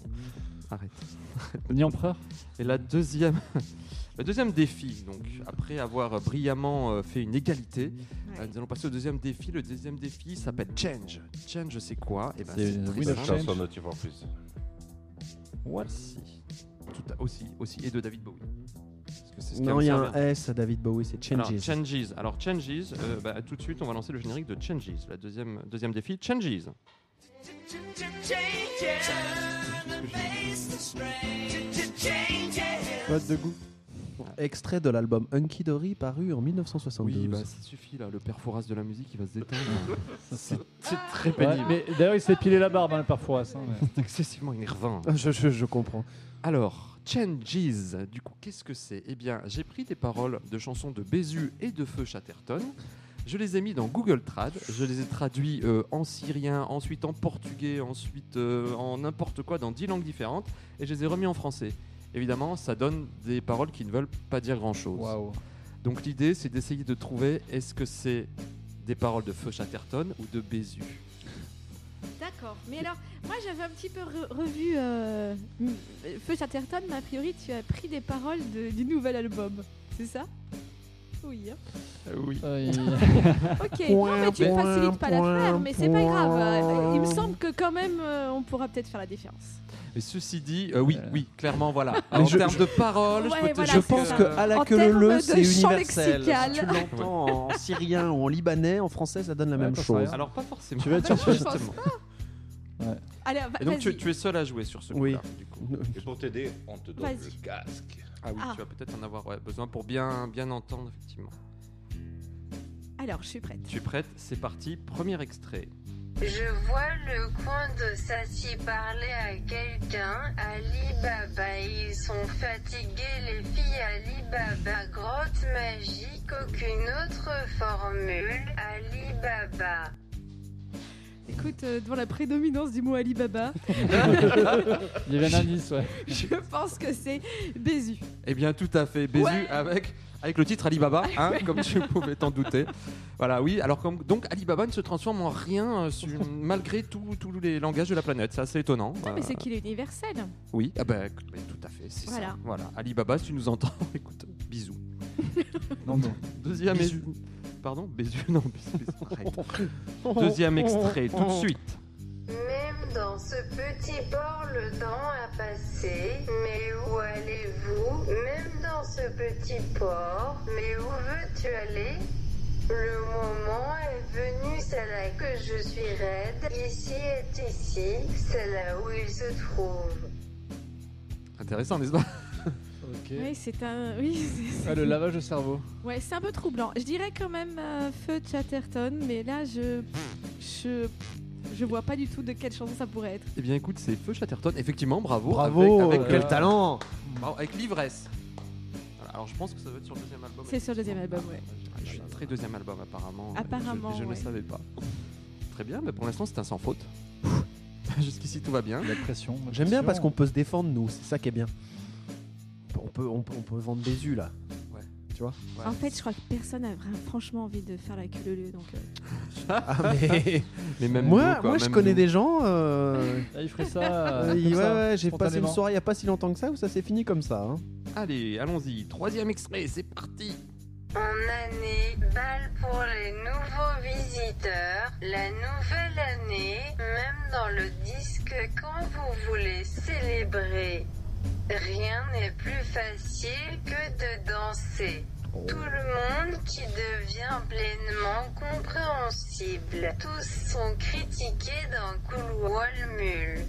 S1: Arrête.
S4: [LAUGHS] Ni empereur
S1: Et la deuxième, [LAUGHS] le deuxième défi, donc après avoir brillamment euh, fait une égalité,
S5: Ouais.
S1: euh, nous allons passer au deuxième défi. Le deuxième défi s'appelle Change. Change, c'est quoi Et ben,
S4: C'est
S1: c'est
S4: une
S1: très
S4: win of
S1: simple.
S4: change.
S3: Chanson de Team for Peace.
S1: Voici. Tout à- aussi, aussi, et de David Bowie. Parce que c'est ce qui
S2: Non,
S1: va
S2: il y a
S1: me
S2: un
S1: servir.
S2: S à David Bowie, c'est Changes.
S1: Alors, Changes. Alors, Changes, euh, bah, tout de suite, on va lancer le générique de Changes. La deuxième, deuxième défi, Changes.
S2: de goût. Extrait de l'album Hunky Dory paru en 1972.
S1: Oui, bah, ça suffit là, le perforas de la musique il va se
S2: [LAUGHS]
S1: détendre.
S4: C'est
S1: C'est très
S4: Ouais,
S1: pénible.
S4: mais d'ailleurs, il s'est pilé la barbe, hein, le parfois.
S1: C'est excessivement énervant.
S2: Ah, je, je- je comprends.
S1: Alors, Changes, du coup, qu'est-ce que c'est Eh bien, j'ai pris des paroles de chansons de Bézu et de Feu Chatterton. Je les ai mis dans Google Trad, je les ai traduits euh, en syrien, ensuite en portugais, ensuite euh, en n'importe quoi, dans dix langues différentes, et je les ai remis en français. Évidemment, ça donne des paroles qui ne veulent pas dire grand-chose.
S4: Waouh.
S1: Donc l'idée, c'est d'essayer de trouver est-ce que c'est des paroles de Feu Chatterton ou de Bézu.
S5: D'accord. Mais alors, moi, j'avais un petit peu re- revu euh, m- Feu Chatterton, mais a priori, tu as pris des paroles de- du nouvel album. C'est ça Oui. hein.
S2: Ah
S1: oui.
S4: Euh,
S5: Ok, non, mais tu ne
S2: Point,
S5: facilites pas l'affaire,
S2: point,
S5: mais c'est pas grave.
S2: point.
S5: Euh, Il me semble que quand même, euh, on pourra peut-être faire la différence.
S1: Et ceci dit, euh, oui,
S4: Euh.
S1: oui, clairement,
S2: [LAUGHS]
S1: voilà. En
S2: je-
S1: termes de paroles, je
S5: Ouais,
S1: peux te
S5: voilà,
S2: je
S1: dire
S5: c'est
S2: pense
S5: ça.
S2: que à la
S5: En
S2: queue
S5: termes
S2: le le,
S5: de
S2: c'est
S5: champ
S2: universel.
S5: lexical.
S2: Si tu l'entends en syrien ou en libanais, en français, ça donne la
S4: Ouais,
S1: Ah.
S2: même
S4: ça sera
S2: chose.
S4: rien.
S1: [LAUGHS] Alors pas forcément.
S4: Tu vas être
S5: surpris.
S1: Justement.
S5: Ah, Allez, va-
S1: Et donc tu,
S5: vas-y.
S1: tu es seul à jouer sur ce
S2: Oui.
S1: coup-là, du coup.
S3: Et pour t'aider, on te donne
S5: Vas-y.
S3: le casque.
S1: Ah oui,
S5: Ah.
S1: tu vas peut-être en avoir ouais, besoin pour bien, bien entendre, effectivement.
S5: Alors, je suis prête.
S1: Tu es prête C'est parti, premier extrait.
S7: Je vois le coin de Sassi parler à quelqu'un. Ali Baba, Bah, ils sont fatigués les filles. Ali Baba, grotte magique, aucune autre formule. Ali Baba.
S5: Écoute, euh, devant la prédominance du
S1: [LAUGHS]
S5: mot Alibaba,
S4: Il y avait un indice, ouais.
S5: je pense que c'est Bézu.
S1: Eh bien, tout à fait. Bézu
S5: Ouais.
S1: avec, avec le titre
S5: [LAUGHS]
S1: Alibaba, hein, comme tu pouvais t'en douter. Voilà, oui. Alors, comme, donc, Alibaba ne se transforme en rien euh, su- malgré tous tous les langages de la planète. C'est assez étonnant.
S5: Putain, mais
S1: Euh,
S5: c'est qu'il est universel.
S1: Oui, ah bah, écoute, mais tout à fait. C'est
S5: Voilà.
S1: ça. Voilà. Alibaba, si tu nous entends, [LAUGHS] écoute, bisous.
S4: Non, non.
S1: Deuxième
S2: Bisous.
S1: ex- Pardon Bézu, non, bisous, bisous, arrête.
S2: Ah. Oh.
S1: Deuxième extrait,
S2: [LAUGHS]
S1: tout de suite.
S7: Même dans ce petit port, le temps a passé. Mais où allez-vous Même dans ce petit port, mais où veux-tu aller Le moment est venu, c'est là que je suis raide. Ici est ici, c'est là où il se trouve.
S1: Intéressant, n'est-ce pas
S4: Ok.
S5: Oui, c'est un. Oui, c'est-
S4: Ah, le lavage au cerveau.
S5: ouais, c'est un peu troublant. Je dirais quand même euh, Feu Chatterton, mais là, je. Je. Je vois pas du tout de quelle chanson ça pourrait être.
S1: Eh bien, écoute, c'est Feu Chatterton. Effectivement, bravo.
S2: Bravo,
S1: Avec, avec
S2: euh,
S1: quel
S4: euh,
S1: talent Bravo, Avec l'ivresse. Voilà, alors, je pense que ça doit être sur le deuxième album.
S5: C'est sur le deuxième album, ouais.
S1: Je suis très deuxième album, apparemment.
S5: Apparemment,
S1: Je, je ne
S5: ouais.
S1: savais pas. Très bien, mais pour l'instant, c'est un sans faute. [LAUGHS] Jusqu'ici, tout va bien.
S4: La pression. la
S2: J'aime bien
S4: pression.
S2: parce qu'on peut se défendre, nous, c'est ça qui est bien. On peut, on peut, on peut vendre des yeux là.
S1: Ouais.
S5: En fait, je crois que personne n'a vra- franchement envie de faire la queue leu leu, donc. euh,
S2: Ah, mais...
S1: Mais même
S2: moi,
S1: nous, quoi,
S2: moi je
S1: même
S2: connais
S1: nous.
S2: des gens. euh,
S4: Ah, il
S2: [LAUGHS]
S4: ferait ça.
S2: euh,
S4: euh,
S2: ouais,
S4: comme ça,
S2: ouais, j'ai passé une
S4: spontanément.
S2: soirée il n'y a pas si longtemps que ça où ça s'est fini comme ça. hein.
S1: Allez, allons-y. Troisième extrait, c'est parti.
S7: En année, bal pour les nouveaux visiteurs, la nouvelle année, même dans le disque quand vous voulez célébrer. Rien n'est plus facile que de danser. Tout le monde qui devient pleinement compréhensible. Tous sont critiqués dans Coolwall-Mule.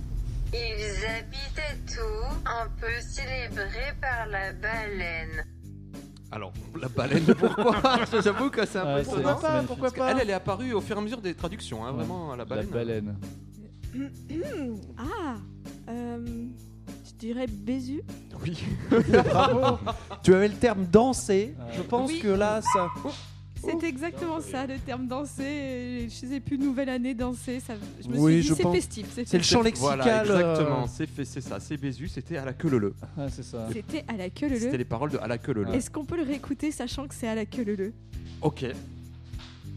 S7: Ils habitaient tout, un peu célébrés par la baleine.
S1: Alors, la baleine, [LAUGHS] pourquoi J'avoue que c'est un
S4: Ouais,
S1: peu
S4: c'est-
S1: étonnant.
S4: c'est magnifique.
S2: pourquoi
S1: Parce qu'elle, elle est apparue au fur et à mesure des traductions, hein,
S4: Ouais.
S1: vraiment, la baleine.
S4: La baleine.
S5: Ah euh, Je dirais Bézu.
S1: Oui.
S2: [LAUGHS] Bravo. tu avais le terme danser.
S4: Ouais.
S2: Je pense
S5: Oui.
S2: que là, ça.
S5: C'est exactement ça, le terme danser. et Je sais plus, nouvelle année danser. Ça, je me
S2: Oui,
S5: suis
S2: je
S5: dit, c'est
S2: pense-
S5: festif. C'est
S2: C'est le
S5: festif.
S2: champ lexical.
S1: Voilà,
S2: euh,
S1: exactement. C'est fait- c'est ça. C'est Bézu, c'était à la queue leu.
S4: Ah, c'est ça.
S5: C'était à la queue leu
S1: C'était
S5: leu.
S1: les paroles de à la queue leu.
S5: Est-ce qu'on peut le réécouter sachant que c'est à la queue leu leu
S1: Ok.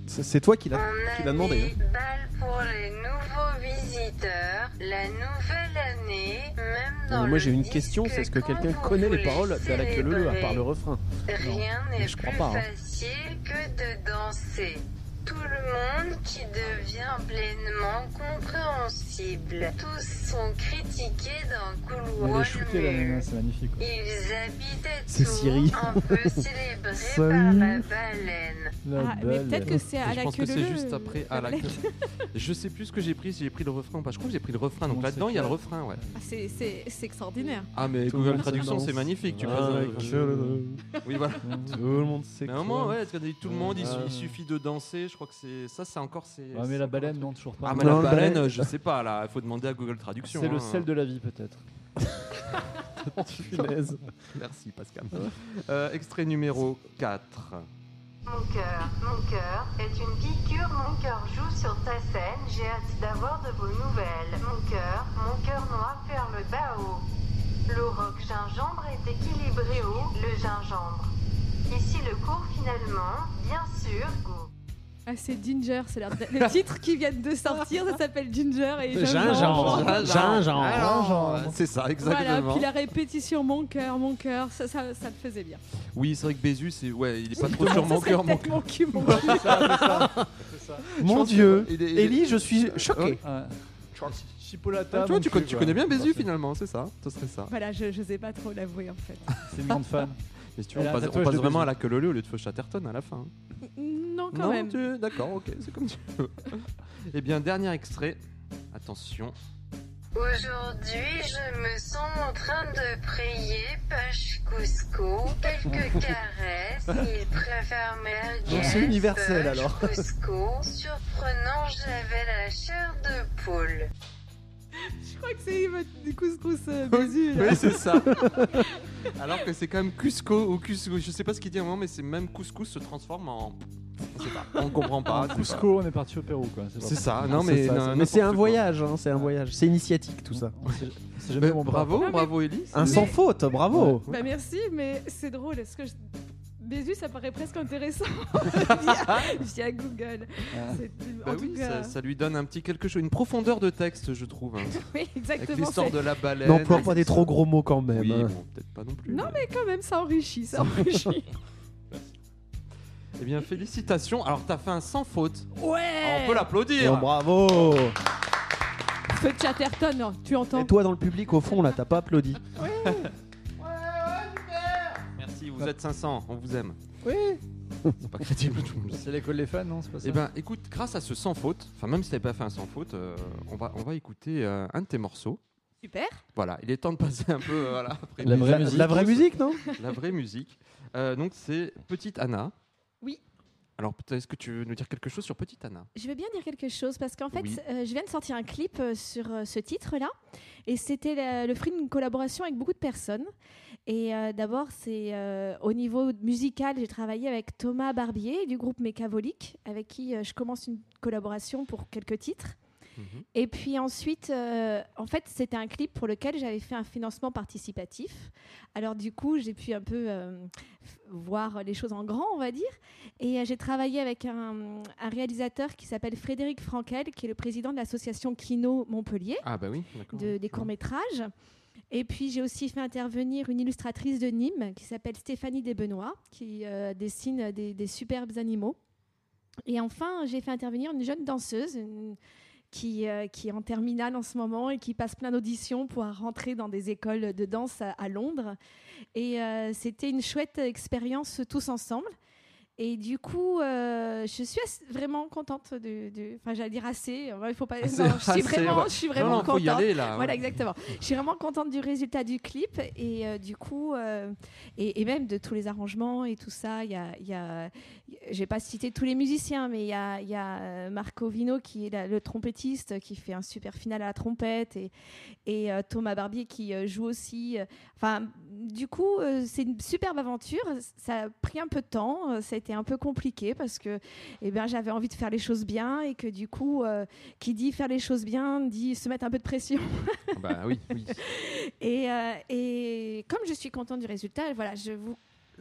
S2: c'est- C'est toi qui l'as.
S7: On
S2: qui l'a demandé, hein.
S7: Balle pour les nouveaux visiteurs, la nouvelle année, même dans
S2: Mais moi j'ai une question, c'est est-ce
S7: ce
S2: que quelqu'un connaît les paroles de la queue leu à part le refrain
S7: Rien
S2: mais
S7: n'est
S2: je
S7: plus
S2: crois pas, hein.
S7: facile que de danser. Tout le monde qui devient pleinement compréhensible. Tous sont critiqués dans
S4: Mais Elle est
S7: couloir
S4: shootée, la nana, c'est magnifique. quoi.
S7: Ils habitaient
S2: C'est
S7: tout,
S2: Siri. [LAUGHS]
S7: un peu célébrés par
S2: Salut.
S7: la baleine.
S4: La
S5: Ah, mais
S4: baleine.
S5: peut-être que c'est à
S1: je
S5: la
S1: pense
S5: queue
S1: que
S5: leu
S1: c'est
S5: leu.
S1: juste après à la queue.
S5: [LAUGHS]
S1: Je sais plus ce que j'ai pris, si j'ai pris le refrain ou pas. Je crois que j'ai pris le refrain. Donc
S4: Bon,
S1: là-dedans,
S4: c'est
S1: il y a le
S4: clair.
S1: refrain, ouais.
S5: Ah, c'est- c'est c'est extraordinaire.
S1: Ah, mais
S4: Tout le
S1: Google
S4: monde se
S1: Traduction, c'est
S4: danse.
S1: magnifique. Tu
S4: Ah,
S1: passes
S4: ouais,
S1: un-
S4: je-
S1: Oui, voilà.
S2: Tout le monde sait
S1: Mais à un moment, ouais, parce que tout le monde, il, su-
S2: Ouais.
S1: il suffit de danser. Je crois que c'est ça, c'est encore. c'est-
S4: Ah, mais
S1: c'est
S4: la
S1: encore
S4: baleine,
S1: un
S4: non, toujours pas.
S1: Ah, mais
S2: Non,
S1: la
S2: la
S1: baleine,
S2: baleine-
S1: je sais pas, là, il faut demander à Google Traduction.
S4: C'est le
S1: hein. [LAUGHS]
S4: sel de la vie, peut-être.
S2: Punaise.
S1: Merci, Pascal. Euh, extrait numéro 4.
S7: Mon cœur, mon cœur, est une piqûre, mon cœur joue sur ta scène, j'ai hâte d'avoir de vos nouvelles. Mon cœur, mon cœur noir ferme bao. L'auroch gingembre est équilibré au le gingembre. Ici le cours finalement, bien sûr, go.
S5: Ah, c'est Ginger, c'est leur- le titre qui vient de sortir, ça s'appelle Ginger et
S2: Gingembre. Gingembre.
S1: Alors, C'est ça,
S5: Voilà,
S1: exactement.
S5: puis la répétition mon cœur, mon cœur, ça, ça, ça le faisait bien.
S1: Oui, c'est vrai que Bézu, c'est... Ouais, il est pas trop sur
S5: Ça
S1: mon
S5: serait
S1: cœur, mon
S5: peut-être
S1: cœur.
S5: mon cul, mon cul.
S2: Mon
S1: pense que-
S2: dieu.
S1: il est- il est-
S2: Ellie, je suis choqué.
S4: Ah.
S1: Ah,
S4: Chipolata.
S1: tu vois,
S4: mon
S1: Ah, tu,
S4: cul,
S1: tu
S4: quoi.
S1: connais bien Bézu
S4: Parfait.
S1: finalement, c'est ça Ce serait ça.
S5: Voilà, je, je sais pas trop l'avouer en fait.
S4: C'est une grande fan. [LAUGHS]
S1: Mais si tu veux,
S4: Elle
S1: on
S4: a un
S1: passe, on
S4: tatouage
S1: passe
S4: de
S1: vraiment
S4: Bézu.
S1: à la queue leu-leu au lieu de Feu Chatterton à la fin.
S5: Non, quand
S1: non, [LAUGHS]
S5: même.
S1: tu- d'accord, ok, c'est comme tu veux. Eh bien, dernier extrait. Attention.
S7: Aujourd'hui, je me sens en train de prier Pache Cusco.
S2: [LAUGHS]
S7: Quelques caresses, il préfère merguez.
S2: Donc c'est universel,
S7: Pache
S2: alors.
S7: Cusco. Surprenant, j'avais la chair de poule.
S5: Je crois que c'est votre couscous euh, Bézu, là.
S1: Oui, c'est
S2: [LAUGHS]
S1: ça. Alors que c'est quand même Cusco ou Cusco. Je sais pas ce qu'il dit à un moment, mais c'est même Couscous se transforme en. On sait pas. On comprend
S4: Ah,
S1: pas. c'est pas-
S4: Cusco, on est parti au Pérou, quoi. pas-
S1: C'est ça. Non,
S2: Ah, C'est
S1: mais.
S2: ça,
S1: non,
S2: c'est- mais
S1: n'importe
S2: c'est un
S1: quoi.
S2: voyage, hein, c'est un voyage. C'est initiatique tout ça.
S4: On sait- on sait jamais
S1: Mais
S4: où on part.
S1: bravo,
S5: mais-
S1: bravo Elise.
S2: Un sans faute, bravo.
S5: Bah merci, mais c'est drôle. Est-ce que je... Bézu, ça paraît presque intéressant [LAUGHS] via, via Google.
S4: Ah.
S5: C'est-
S1: Bah
S5: en
S1: oui,
S5: tout
S1: ça,
S5: cas,
S1: ça lui donne un petit quelque chose, une profondeur de texte, je trouve. hein.
S5: oui,
S1: Avec
S5: exactement.
S1: l'histoire
S5: c'est-
S1: de la baleine.
S2: N'emploie pas des trop gros mots quand même.
S1: Oui,
S2: hein.
S1: bon, peut-être pas non plus.
S5: Non,
S1: mais...
S5: mais quand même, ça
S1: [LAUGHS]
S5: enrichit, ça enrichit.
S1: Eh bien, félicitations. Alors, t'as fait un sans faute. Ah,
S5: ouais.
S1: On peut l'applaudir.
S2: Bon, bravo.
S5: Feu de Chatterton, hein, tu entends
S2: Et toi dans le public au fond là, t'as pas applaudi.
S1: Merci, vous êtes 500. On vous aime.
S4: Oui.
S1: [LAUGHS] C'est pas crédible, tout le monde.
S4: C'est l'école des fans, non C'est pas ça
S1: Eh ben, écoute, grâce à ce sans faute, enfin même si t'avais pas fait un sans faute, euh, on va on va écouter euh, un de tes morceaux.
S5: Super.
S1: Voilà, il est temps de passer un peu euh, voilà, après
S4: La vraie
S2: La,
S4: musique.
S2: la vraie musique, non
S1: la vraie musique. Euh, donc c'est Petite Anna.
S5: Oui.
S1: Alors peut-être est-ce que tu veux nous dire quelque chose sur Petite Anna
S5: Je veux bien dire quelque chose parce qu'en fait,
S1: Oui.
S5: euh, je viens de sortir un clip euh, sur euh, ce titre-là et c'était la- le fruit d'une collaboration avec beaucoup de personnes. Et euh, d'abord, c'est euh, au niveau musical, j'ai travaillé avec Thomas Barbier du groupe Mécavolique avec qui euh, je commence une collaboration pour quelques titres.
S1: Mhm.
S5: Et puis ensuite, euh, en fait, c'était un clip pour lequel j'avais fait un financement participatif. Alors du coup, j'ai pu un peu euh, f- voir les choses en grand, on va dire. Et euh, j'ai travaillé avec un, un réalisateur qui s'appelle Frédéric Frankel, qui est le président de l'association Kino Montpellier,
S1: Ah bah oui, d'accord.
S5: de- des courts-métrages. Et puis j'ai aussi fait intervenir une illustratrice de Nîmes qui s'appelle Stéphanie Desbenois, qui euh, dessine des, des superbes animaux. Et enfin, j'ai fait intervenir une jeune danseuse une- qui, euh, qui est en terminale en ce moment et qui passe plein d'auditions pour rentrer dans des écoles de danse à, à Londres. Et euh, c'était une chouette expérience tous ensemble. Et du coup, euh, je suis assez- vraiment contente de. de- Enfin, j'allais dire assez. euh, Il faut pas.
S1: Assez,
S5: non, je suis
S1: assez,
S5: vraiment,
S1: ouais.
S5: je suis
S1: non,
S5: vraiment
S1: non, faut y
S5: contente.
S1: aller là.
S5: Voilà,
S1: ouais.
S5: exactement. Je suis vraiment contente du résultat du clip et euh, du coup, euh, et, et même de tous les arrangements et tout ça. Il y a, il y a- j'ai pas cité tous les musiciens, mais il y a, il y a euh, Marco Vino qui est la- le trompettiste qui fait un super final à la trompette et, et euh, Thomas Barbier qui euh, joue aussi. euh, Enfin, du coup, euh, c'est une superbe aventure. Ça a pris un peu de temps, euh, ça a été un peu compliqué parce que, eh ben, j'avais envie de faire les choses bien et que du coup, euh, qui dit faire les choses bien dit se mettre un peu de pression.
S1: Bah oui,
S5: [LAUGHS]
S1: oui.
S5: Et, euh, et comme je suis contente du résultat, voilà, je vous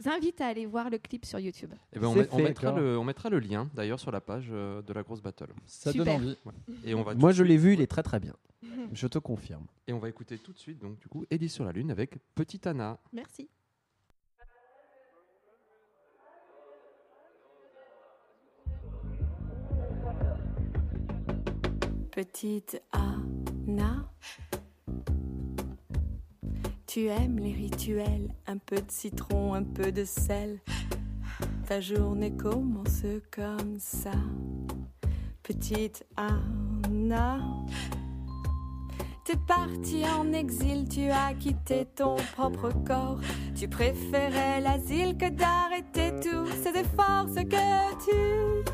S5: invite à aller voir le clip sur YouTube.
S1: Eh ben, on,
S4: C'est
S1: met- on
S4: fait,
S1: mettra
S4: d'accord.
S1: le on mettra le lien d'ailleurs sur la page euh, de la grosse battle.
S4: Ça donne
S5: Super.
S4: envie.
S1: Et on va
S2: Moi
S1: tout-
S2: je l'ai vu, il est très très bien.
S4: Hmm.
S2: Je te confirme.
S1: et on va écouter tout de suite donc du coup Elise sur la lune avec Petite Anna.
S5: Merci.
S8: Petite Anna, tu aimes les rituels, un peu de citron, un peu de sel. Ta journée commence comme ça. Petite Anna, t'es partie en exil, tu as quitté ton propre corps. Tu préférais l'asile que d'arrêter tous ces efforts, ce que tu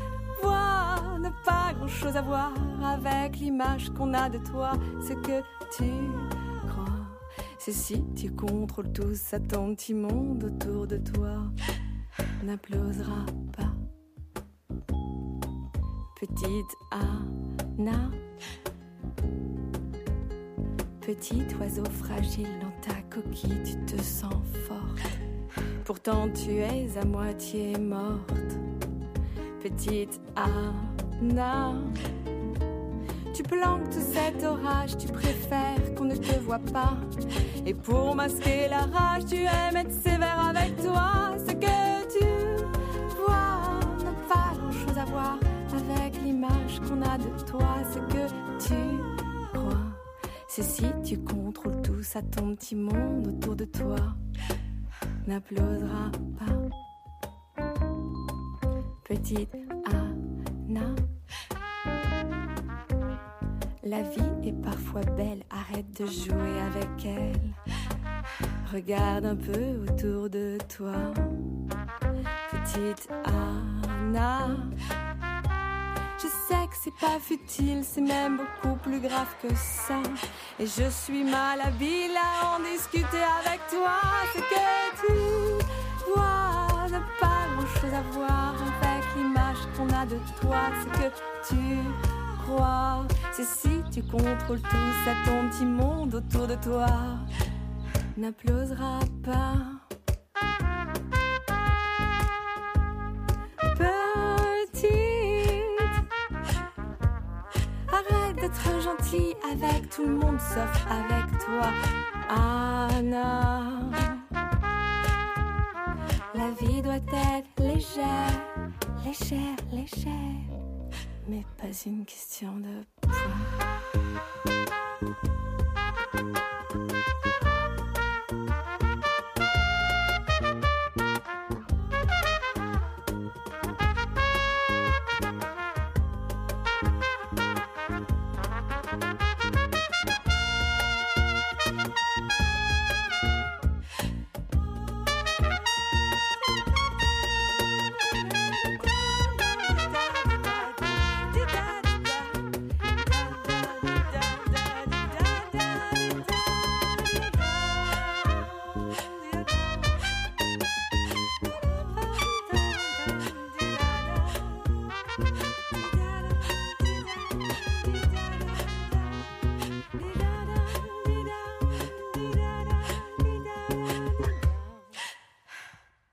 S8: vois n'a pas grand chose à voir avec l'image qu'on a de toi, ce que tu crois. C'est si tu contrôles tout Satan, petit monde autour de toi n'applaudira pas. Petite Anna, petit oiseau fragile dans ta coquille, tu te sens fort. Pourtant tu es à moitié morte petite Anna. Tu planques tout cet orage, tu préfères qu'on ne te voit pas. Et pour masquer la rage, tu aimes être sévère avec toi. Ce que tu vois n'a pas grand chose à voir avec l'image qu'on a de toi. Ce que tu crois, c'est si tu contrôles tout ça, ton petit monde autour de toi n'applaudira pas petite Anna. La vie est parfois belle, arrête de jouer avec elle. Regarde un peu autour de toi, petite Anna. Je sais que c'est pas futile, c'est même beaucoup plus grave que ça. Et je suis mal habile à en discuter avec toi. Ce que tu vois n'a pas grand chose à voir avec l'image qu'on a de toi. Ce que tu crois, c'est si tu contrôles tout ça, ton petit monde autour de toi n'applaudira pas. Petite, arrête d'être gentille avec tout le monde sauf avec toi, Anna. La vie doit être légère, légère, légère, mais pas une question de poids.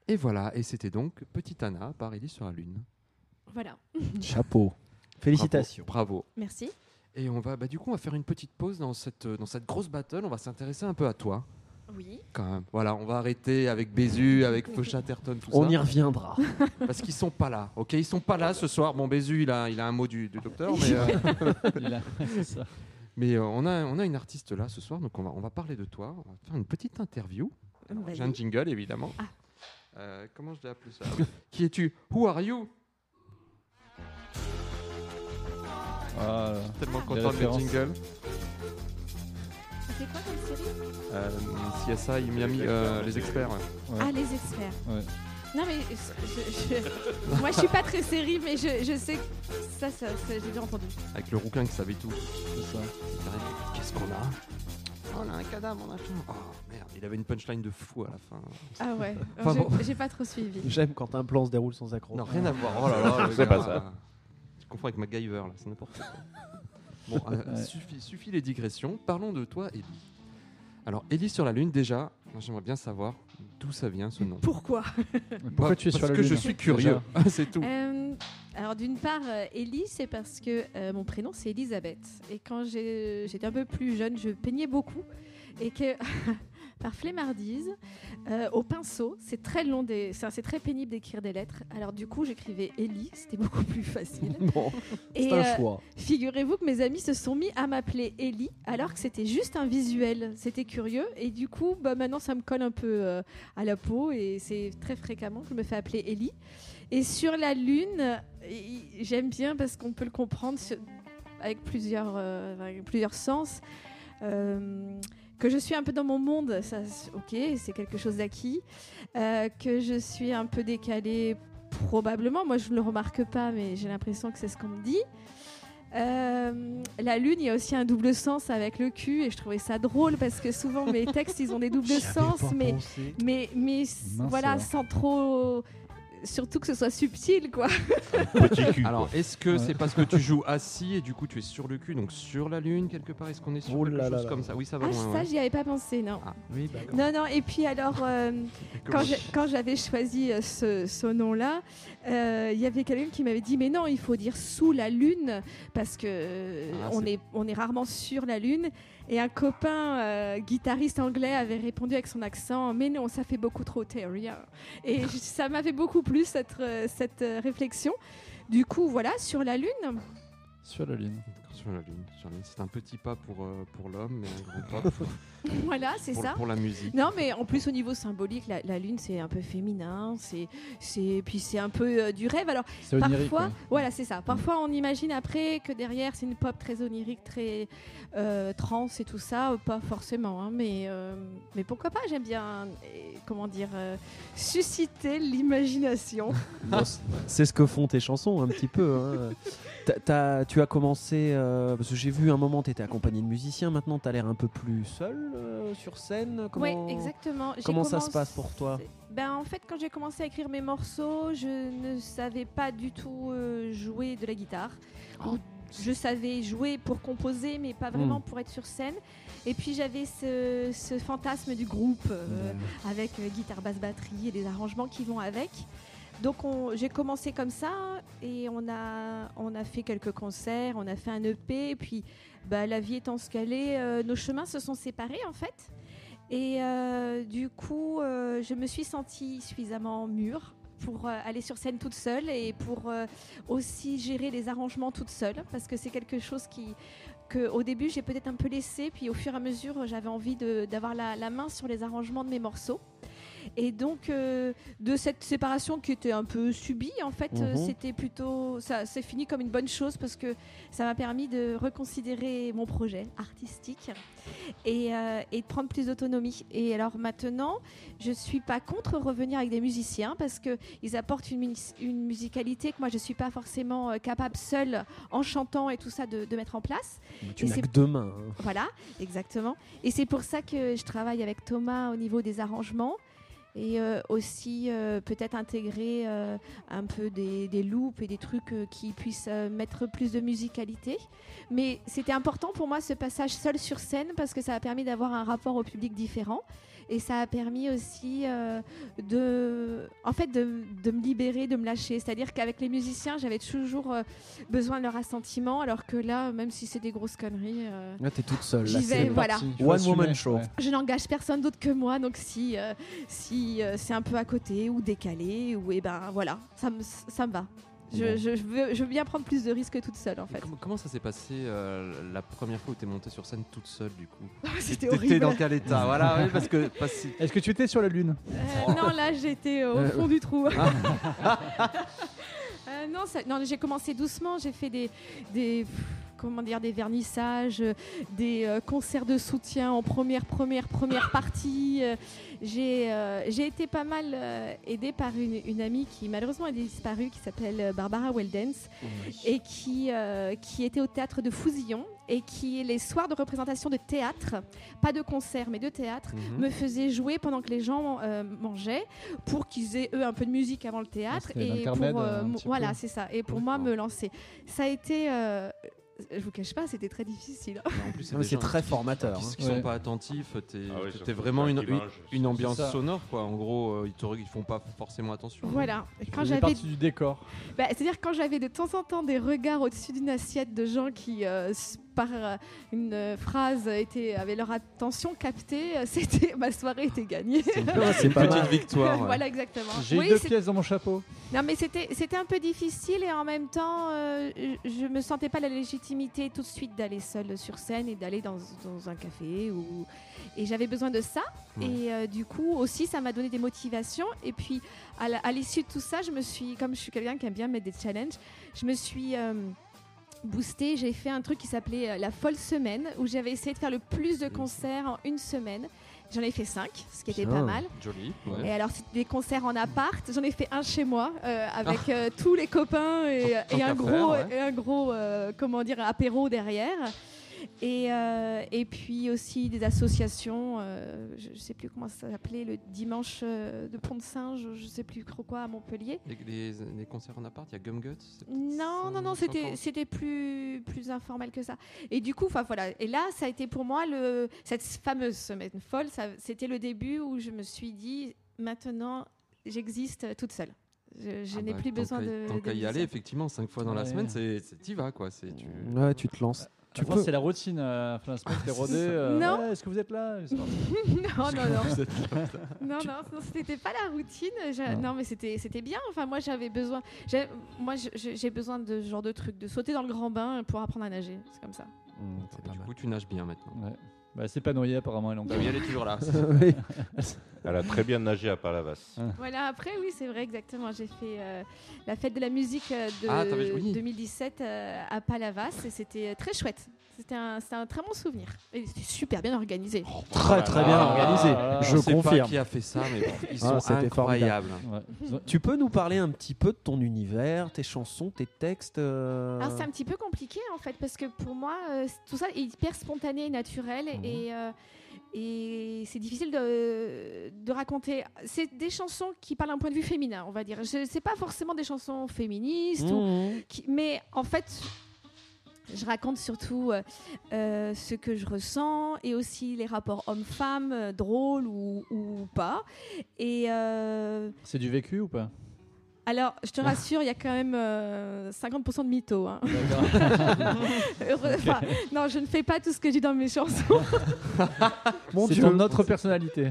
S1: Et voilà, et c'était donc Petite Anna par Élise sur la Lune.
S5: Voilà,
S4: Chapeau.
S2: [LAUGHS] Félicitations.
S1: Bravo. bravo.
S5: merci.
S1: Et on va, bah, du coup, on va faire une petite pause dans cette, dans cette grosse battle. On va s'intéresser un peu à toi,
S5: Oui.
S1: quand même. Voilà, on va arrêter avec Bézu, avec Fauchatterton, tout
S2: On
S1: ça.
S2: y
S5: [LAUGHS]
S2: reviendra.
S1: Parce qu'ils sont pas là, ok Ils sont pas là ce soir. Bon, Bézu, il a, il a un mot du, du docteur, mais, euh,
S4: [LAUGHS] Il a- c'est ça.
S1: mais euh, on, a, on a une artiste là ce soir, donc on va, on va parler de toi. On va faire une petite interview. Alors,
S5: Vas-y.
S1: J'ai un jingle, évidemment.
S5: Ah.
S1: Euh, comment je l'ai appelé ça Ah oui. Qui es-tu Who are you
S4: Voilà.
S1: Tellement
S4: Des
S1: content de mes
S4: références.
S1: jingles.
S5: C'était quoi comme série
S1: Euh, CSI, Miami, euh, les experts. ouais.
S5: Ah, les experts.
S4: Ouais.
S5: Non, mais je- je- [LAUGHS] moi, je suis pas très série, mais je, je sais que ça, ça, ça, j'ai déjà entendu.
S1: Avec le rouquin qui savait tout.
S4: C'est ça.
S1: Qu'est-ce qu'on a Oh, On a un cadavre, on a tout. Oh merde, il avait une punchline de fou à la fin.
S5: Ah ouais,
S1: Enfin
S5: J'ai-
S1: bon.
S5: j'ai pas trop suivi.
S2: J'aime quand un plan se déroule sans accroc.
S1: Non, rien à voir. Oh [LAUGHS] là là, le
S3: C'est
S1: gars.
S3: pas ça.
S1: Je confonds avec MacGyver, là, c'est n'importe quoi. Bon, euh,
S4: Ouais.
S1: suffit, suffit les digressions. Parlons de toi, Ellie. Alors, Ellie sur la Lune, déjà, moi, j'aimerais bien savoir d'où ça vient ce nom.
S5: Pourquoi
S4: Pourquoi
S1: Bah,
S4: tu es sur
S1: parce
S4: la
S1: que
S4: lune
S1: je suis curieux, Ah, c'est tout.
S5: Euh, alors d'une part, euh, Ellie, c'est parce que euh, mon prénom c'est Elisabeth. Et quand j'ai- j'étais un peu plus jeune, je peignais beaucoup. Et que [LAUGHS] par flémardise, euh, au pinceau, c'est très long, des- c'est c'est très pénible d'écrire des lettres. Alors du coup, j'écrivais Ellie, c'était beaucoup plus facile.
S2: [LAUGHS] Bon,
S5: Et,
S2: c'est
S5: euh,
S2: un [LAUGHS] choix.
S5: Figurez-vous que mes amis se sont mis à m'appeler Ellie alors que c'était juste un visuel. C'était curieux et du coup, bah, maintenant ça me colle un peu euh, à la peau et c'est très fréquemment que je me fais appeler Ellie. Et sur la lune, euh, y- j'aime bien parce qu'on peut le comprendre sur- avec plusieurs, euh, avec plusieurs sens. Euh, que je suis un peu dans mon monde, ça, c'est- ok, c'est quelque chose d'acquis. Euh, que je suis un peu décalée, probablement. Moi, je ne le remarque pas, mais j'ai l'impression que c'est ce qu'on me dit. Euh, la lune, il y a aussi un double sens avec le cul, et je trouvais ça drôle parce que souvent mes textes, ils ont des doubles sens, mais mais mais s-
S4: Mince,
S5: voilà,
S4: alors.
S5: sans trop, surtout que ce soit subtil, quoi.
S3: Petit [LAUGHS] cul.
S1: Alors, est-ce que
S4: Ouais.
S1: c'est parce que tu joues assis et du coup tu es sur le cul, donc sur la Lune quelque part Est-ce qu'on est sur
S2: Oh
S1: quelque
S2: là là
S1: chose
S2: là.
S1: comme ça Oui, ça va
S5: Ah,
S1: loin.
S5: ça,
S1: ouais.
S5: j'y avais pas pensé, non.
S1: Ah,
S2: Oui,
S5: Non, non, et puis alors, euh, quand j'ai- quand j'avais choisi euh, ce, ce nom-là, euh, il y avait quelqu'un qui m'avait dit Mais non, il faut dire sous la lune, parce que euh,
S1: Ah,
S5: on,
S1: c'est-
S5: est... on est rarement sur la lune. Et un copain euh, guitariste anglais avait répondu avec son accent Mais non, ça fait beaucoup trop terrier.
S1: [LAUGHS]
S5: Et je- ça m'avait beaucoup plu, cette, euh, cette euh, réflexion. Du coup, voilà, sur la lune.
S4: Sur la lune.
S1: Sur la lune, sur la lune. C'est un petit pas pour, euh, pour l'homme, mais un grand pas pour,
S5: Voilà, [LAUGHS] c'est
S1: pour-
S5: ça.
S1: pour la musique.
S5: Non, mais en plus au niveau symbolique, la, la lune c'est un peu féminin, c'est c'est puis c'est un peu euh, du rêve. Alors
S4: C'est onirique. Mm.
S5: parfois,
S4: quoi.
S5: voilà, c'est ça. Parfois on imagine après que derrière c'est une pop très onirique, très euh, trans et tout ça, pas forcément. hein, mais euh, mais pourquoi pas J'aime bien, euh, comment dire, euh, susciter l'imagination.
S2: Bon, c- c'est ce que font tes chansons un petit peu. hein. [LAUGHS] T'as- t'as- tu as commencé, euh, parce que j'ai vu un moment, tu étais accompagné de musiciens, maintenant tu as l'air un peu plus seul euh, sur scène.
S5: Oui,
S2: Comment,
S5: exactement. J'ai
S2: comment ça se
S5: commencé-
S2: passe pour toi
S5: Ben, en fait, quand j'ai commencé à écrire mes morceaux, je ne savais pas du tout euh, jouer de la guitare. Ou Je savais jouer pour composer, mais pas vraiment pour être sur scène. Et puis j'avais ce, ce fantasme du groupe euh, avec euh, guitare, basse, batterie et les arrangements qui vont avec. Donc on- j'ai commencé comme ça et on a, on a fait quelques concerts, on a fait un EP, et puis bah, la vie étant ce qu'elle est, euh, nos chemins se sont séparés en fait. Et euh, du coup, euh, je me suis sentie suffisamment mûre pour euh, aller sur scène toute seule et pour euh, aussi gérer les arrangements toute seule, parce que c'est quelque chose qui, que, au début, j'ai peut-être un peu laissé, puis au fur et à mesure, j'avais envie de- d'avoir la, la main sur les arrangements de mes morceaux. Et donc, euh, de cette séparation qui était un peu subie, en fait, euh,
S2: Mhm.
S5: c'était plutôt. Ça s'est fini comme une bonne chose parce que ça m'a permis de reconsidérer mon projet artistique et, euh, et de prendre plus d'autonomie. Et alors maintenant, je suis pas contre revenir avec des musiciens parce que ils apportent une, mus- une musicalité que moi je suis pas forcément euh, capable seule en chantant et tout ça de, de mettre en place.
S2: Tu
S5: Et
S2: n'as
S5: c'est-
S2: que deux mains. hein.
S5: Voilà, exactement. Et c'est pour ça que je travaille avec Thomas au niveau des arrangements. Et euh, aussi euh, peut-être intégrer euh, un peu des, des loops et des trucs euh, qui puissent euh, mettre plus de musicalité. Mais c'était important pour moi ce passage seul sur scène parce que ça a permis d'avoir un rapport au public différent et ça a permis aussi euh, de, en fait, de, de me libérer, de me lâcher. C'est-à-dire qu'avec les musiciens, j'avais toujours euh, besoin de leur assentiment, alors que là, même si c'est des grosses conneries, euh,
S2: Là, Ah, t'es toute seule.
S5: J'y
S2: là,
S5: vais,
S2: c'est-
S5: voilà.
S4: Faut
S2: One
S4: assumer,
S2: woman show.
S5: je n'engage personne d'autre que moi. Donc si, euh, si euh, c'est un peu à côté ou décalé ou eh ben voilà, ça me, ça me va. Je, je- je veux, je veux bien prendre plus de risques toute seule en
S1: Mais
S5: fait.
S1: Comment, comment ça s'est passé euh, la première fois où t'es montée sur scène toute seule du coup
S5: [LAUGHS] C'était
S1: T'étais
S5: horrible.
S1: dans quel état Voilà, oui, parce que parce
S5: [LAUGHS]
S1: que-
S4: Est-ce que tu étais sur la lune
S5: Euh, non, là j'étais euh, au
S1: Euh,
S5: fond du trou. [LAUGHS] Euh, non, ça- non, j'ai commencé doucement. J'ai fait des, des, pff, comment dire, des vernissages, euh, des euh, concerts de soutien en première, première, première partie. Euh, j'ai, euh, j'ai été pas mal euh, aidée par une, une amie qui malheureusement a disparu, qui s'appelle euh, Barbara Weldens, et qui, euh, qui était au théâtre de Fousillon et qui les soirs de représentation de théâtre, pas de concert mais de théâtre
S4: Hmm.
S1: Mhm.
S5: me faisait jouer pendant que les gens euh, mangeaient pour qu'ils aient eux un peu de musique avant le théâtre
S4: Ouais, c'était
S5: et
S4: l'intermède,
S5: pour
S4: euh, un
S5: mon-
S4: petit peu.
S5: voilà c'est ça et pour moi
S1: D'accord.
S5: me lancer ça a été euh, je vous cache pas c'était très difficile hein.
S1: Non, en plus,
S2: Non, mais
S1: des
S2: C'est
S1: gens
S2: très
S1: qui-
S2: formateur.
S1: Qui,
S2: hein.
S1: qui
S4: Ouais.
S1: sont pas attentifs, t'es
S3: Ah oui,
S1: t'es
S3: surtout
S1: vraiment
S3: quand
S1: une,
S3: ils
S1: une-
S3: mangent.
S1: une ambiance
S4: ça.
S1: sonore quoi. En gros, euh, ils, te, ils font pas forcément
S4: Oh.
S1: attention. hein.
S5: voilà
S4: Tu
S5: quand
S4: faisais
S5: j'avais
S4: partie du décor. [LAUGHS]
S5: bah, c'est-à-dire quand j'avais de temps en temps des regards au-dessus d'une assiette de gens qui euh, s- par euh, une euh, phrase étaient, avaient leur attention captée euh, [LAUGHS] c'était ma soirée était gagnée
S2: Ouais, C'est pas mal.
S1: Petite victoire. ouais.
S5: [LAUGHS] voilà exactement
S4: J'ai
S5: Oui,
S4: deux
S5: c'est-
S4: pièces dans mon chapeau.
S5: Non, mais c'était c'était un peu difficile et en même temps, euh, je je me sentais pas la légitimité tout de suite d'aller seule sur scène et d'aller dans, dans un café. Ou... Et j'avais besoin de ça.
S1: Ouais.
S5: Et euh, du coup, aussi, ça m'a donné des motivations. Et puis, à la- à l'issue de tout ça, je me suis, comme je suis quelqu'un qui aime bien mettre des challenges, je me suis. euh, boostée. j'ai fait un truc qui s'appelait euh, la folle semaine où j'avais essayé de faire le plus de concerts en une semaine. J'en ai fait cinq, ce qui était
S2: Bien.
S5: pas mal.
S1: Joli. ouais.
S5: Et alors, c'était des concerts en appart. J'en ai fait un chez moi euh, avec euh, tous les copains et,
S1: Ah. Tant- tant
S5: et un,
S1: qu'à
S5: gros,
S1: faire, ouais.
S5: et un gros, euh, comment dire, apéro derrière. Et, euh, et puis aussi des associations, euh, je ne sais plus comment ça s'appelait, le dimanche euh, de Pont-de-Singe, je ne sais plus trop quoi, à Montpellier.
S1: Les, les- les concerts en appart, il y a Gum Guts c'est peut-être
S5: Non,
S1: ça,
S5: non, non,
S1: c'est
S5: c'était
S1: encore-
S5: c'était plus plus informel que ça. Et du coup, enfin voilà. Et là, ça a été pour moi le cette fameuse semaine folle. ça- C'était le début où je me suis dit maintenant j'existe toute seule. Je, je
S1: Ah
S5: n'ai
S1: bah,
S5: plus
S1: tant
S5: besoin
S1: qu'à-
S5: de.
S1: Tant
S5: de
S1: qu'à y
S5: musicien.
S1: aller, effectivement, cinq fois dans la
S4: Ouais.
S1: semaine, c'est c'est- t'y vas quoi. C'est tu.
S2: Ouais, tu te lances.
S4: Tu
S2: peux-
S4: penses c'est la routine euh, Enfin, c'est pas que t'es rodé. euh,
S5: Non.
S4: ouais, Est-ce que vous êtes là C'est parti.
S5: [LAUGHS] Non, non, non.
S1: Vous êtes-
S5: [LAUGHS] Non, non, non, c'était pas la routine. Je-
S4: Non.
S5: Non, mais c'était, c'était bien. Enfin, moi, j'avais besoin. j'ai- Moi, je- je- j'ai besoin de ce genre de truc, de sauter dans le grand bain pour apprendre à nager. C'est comme ça.
S2: C'est
S1: Du coup, tu nages bien maintenant.
S4: Ouais. Bah, c'est pas noyé apparemment, elle en
S1: elle est toujours là.
S2: Oui.
S3: Elle a très bien nagé à Palavas.
S1: Ah,
S5: Voilà. Après, oui, c'est vrai, exactement. J'ai fait euh, la fête de la musique euh, de
S1: Ah, t'avais- oui.
S5: 2017 euh, à Palavas et c'était euh, très chouette. C'était un, c'était un très bon souvenir. Et c'était super bien organisé.
S1: Euh.
S2: Oh, Très très bien
S4: Ah,
S2: organisé,
S4: ah,
S2: je
S1: On sait pas
S2: confirme.
S1: qui a fait ça, mais bon, ils sont
S2: Ah, c'était
S1: incroyables.
S4: Ouais. Ils ont-
S2: Tu peux nous parler un petit peu de ton univers, tes chansons, tes textes euh,
S5: Alors c'est un petit peu compliqué en fait parce que pour moi euh, c- tout ça est hyper spontané et naturel
S1: Mhm.
S5: et, euh, et c'est difficile de, de raconter. C'est des chansons qui parlent d'un point de vue féminin on va dire. Je sais pas forcément des chansons féministes
S1: Mhm.
S5: ou
S2: Mmh.
S5: qui- mais en fait, je raconte surtout euh, euh, ce que je ressens et aussi les rapports hommes-femmes, euh, drôles ou, ou pas. Et euh,
S4: C'est du vécu ou pas
S5: alors, je
S1: Ah.
S5: te rassure, il y a quand même euh, 50% de
S1: [LAUGHS]
S5: mythos. hein. Heureux- enfin, non, je ne fais pas tout ce que je dis dans mes
S1: [LAUGHS]
S5: chansons.
S2: Mon
S4: C'est
S2: Dieu.
S4: ton autre personnalité.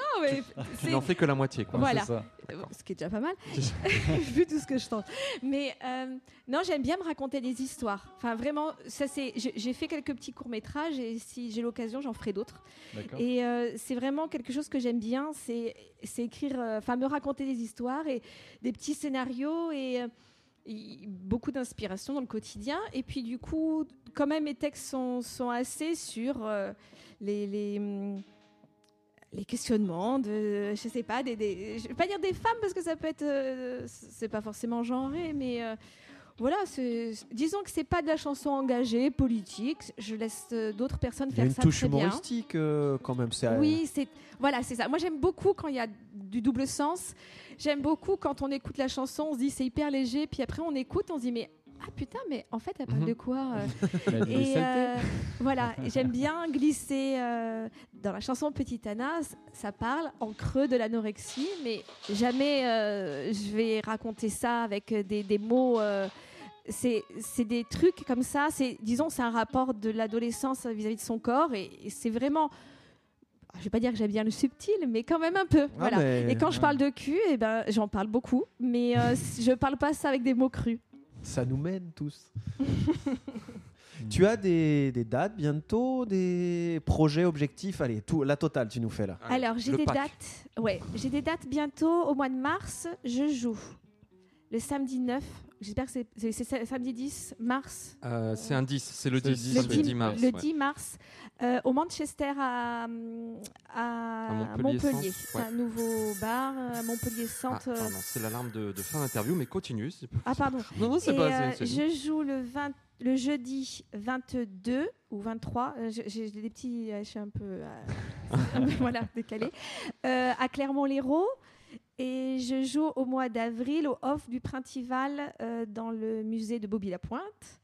S5: Non, mais
S1: Tu
S5: c'est-
S1: n'en fais que la moitié, quoi.
S5: Voilà.
S4: C'est ça.
S5: Euh, ce qui est déjà pas mal, [LAUGHS] vu tout ce que je tente. Mais euh, non, j'aime bien me raconter des histoires. Enfin, vraiment, ça c'est. je- J'ai fait quelques petits courts métrages et si j'ai l'occasion, j'en ferai d'autres.
S4: D'accord.
S5: Et euh, c'est vraiment quelque chose que j'aime bien, c'est c'est écrire, euh, enfin me raconter des histoires et des petits scénarios et, euh, y- beaucoup d'inspiration dans le quotidien. Et puis du coup, quand même, mes textes sont, sont assez sur euh, les, les, hum, les questionnements de, je sais pas, des, des- je vais pas dire des femmes parce que ça peut être, euh, c'est pas forcément genré, mais euh, voilà, c'est- disons que c'est pas de la chanson engagée, politique. Je laisse euh, d'autres
S2: Il
S5: personnes
S2: y a
S5: faire
S2: une
S5: ça
S2: touche
S5: très bien.
S2: humoristique euh, quand même. c'est-
S5: Oui, c'est voilà, c'est ça. Moi, j'aime beaucoup quand il y a du double sens. J'aime beaucoup quand on écoute la chanson, on se dit c'est hyper léger, puis après on écoute, on se dit mais ah putain, mais en fait, elle parle
S1: Mhm.
S5: de quoi euh
S4: Mais du
S5: et
S4: saleté.
S5: euh,
S2: [LAUGHS]
S5: voilà, j'aime bien glisser euh, dans la chanson Petite Anna, c- ça parle en creux de l'anorexie, mais jamais euh, je vais raconter ça avec des, des mots. euh, c'est c'est des trucs comme ça, c'est disons, c'est un rapport de l'adolescence vis-à-vis de son corps, et, et c'est vraiment. ah, Je vais pas dire que j'aime bien le subtil, mais quand même un peu.
S2: Ah,
S5: voilà.
S2: mais-
S5: Et quand je parle de cul, eh ben, j'en parle beaucoup, mais euh, [LAUGHS] je parle pas ça avec des mots crus.
S2: Ça nous mène
S5: [LAUGHS]
S2: tous. tu as des, des dates bientôt, des projets, objectifs Allez, tout, la totale, tu nous fais là.
S1: Allez,
S5: Alors, j'ai
S1: le
S5: des
S1: pack.
S5: dates. Ouais, j'ai des dates bientôt au mois de mars. Je joue le samedi 9. J'espère que c'est- c'est c'est sa- samedi 10 mars.
S1: Euh, c'est un 10, c'est le
S4: C'est le
S1: 10,
S4: 10,
S1: le
S4: oui.
S1: 10 mars.
S5: le
S1: ouais.
S5: 10 mars, euh, au Manchester à, hum, à
S1: À Montpellier
S5: Montpellier.
S1: Centre,
S5: C'est
S1: ouais.
S5: un nouveau bar à Montpellier
S1: Ah,
S5: Centre.
S1: pardon, c'est l'alarme de, de fin d'interview, mais continue. c'est-
S5: euh, Ah, pardon.
S1: Non, non, c'est
S5: Et,
S1: pas.
S5: euh,
S1: c'est- c'est-
S5: je joue le, 20 le jeudi 22 ou 23. euh, je- J'ai j'ai des petits. euh, je suis un peu. euh, [LAUGHS] un
S1: [LAUGHS]
S5: peu, voilà, décalée. Euh, à Clermont-Lérault. Et je joue au mois d'avril au off du Printival euh, dans le musée de Bobby-Lapointe.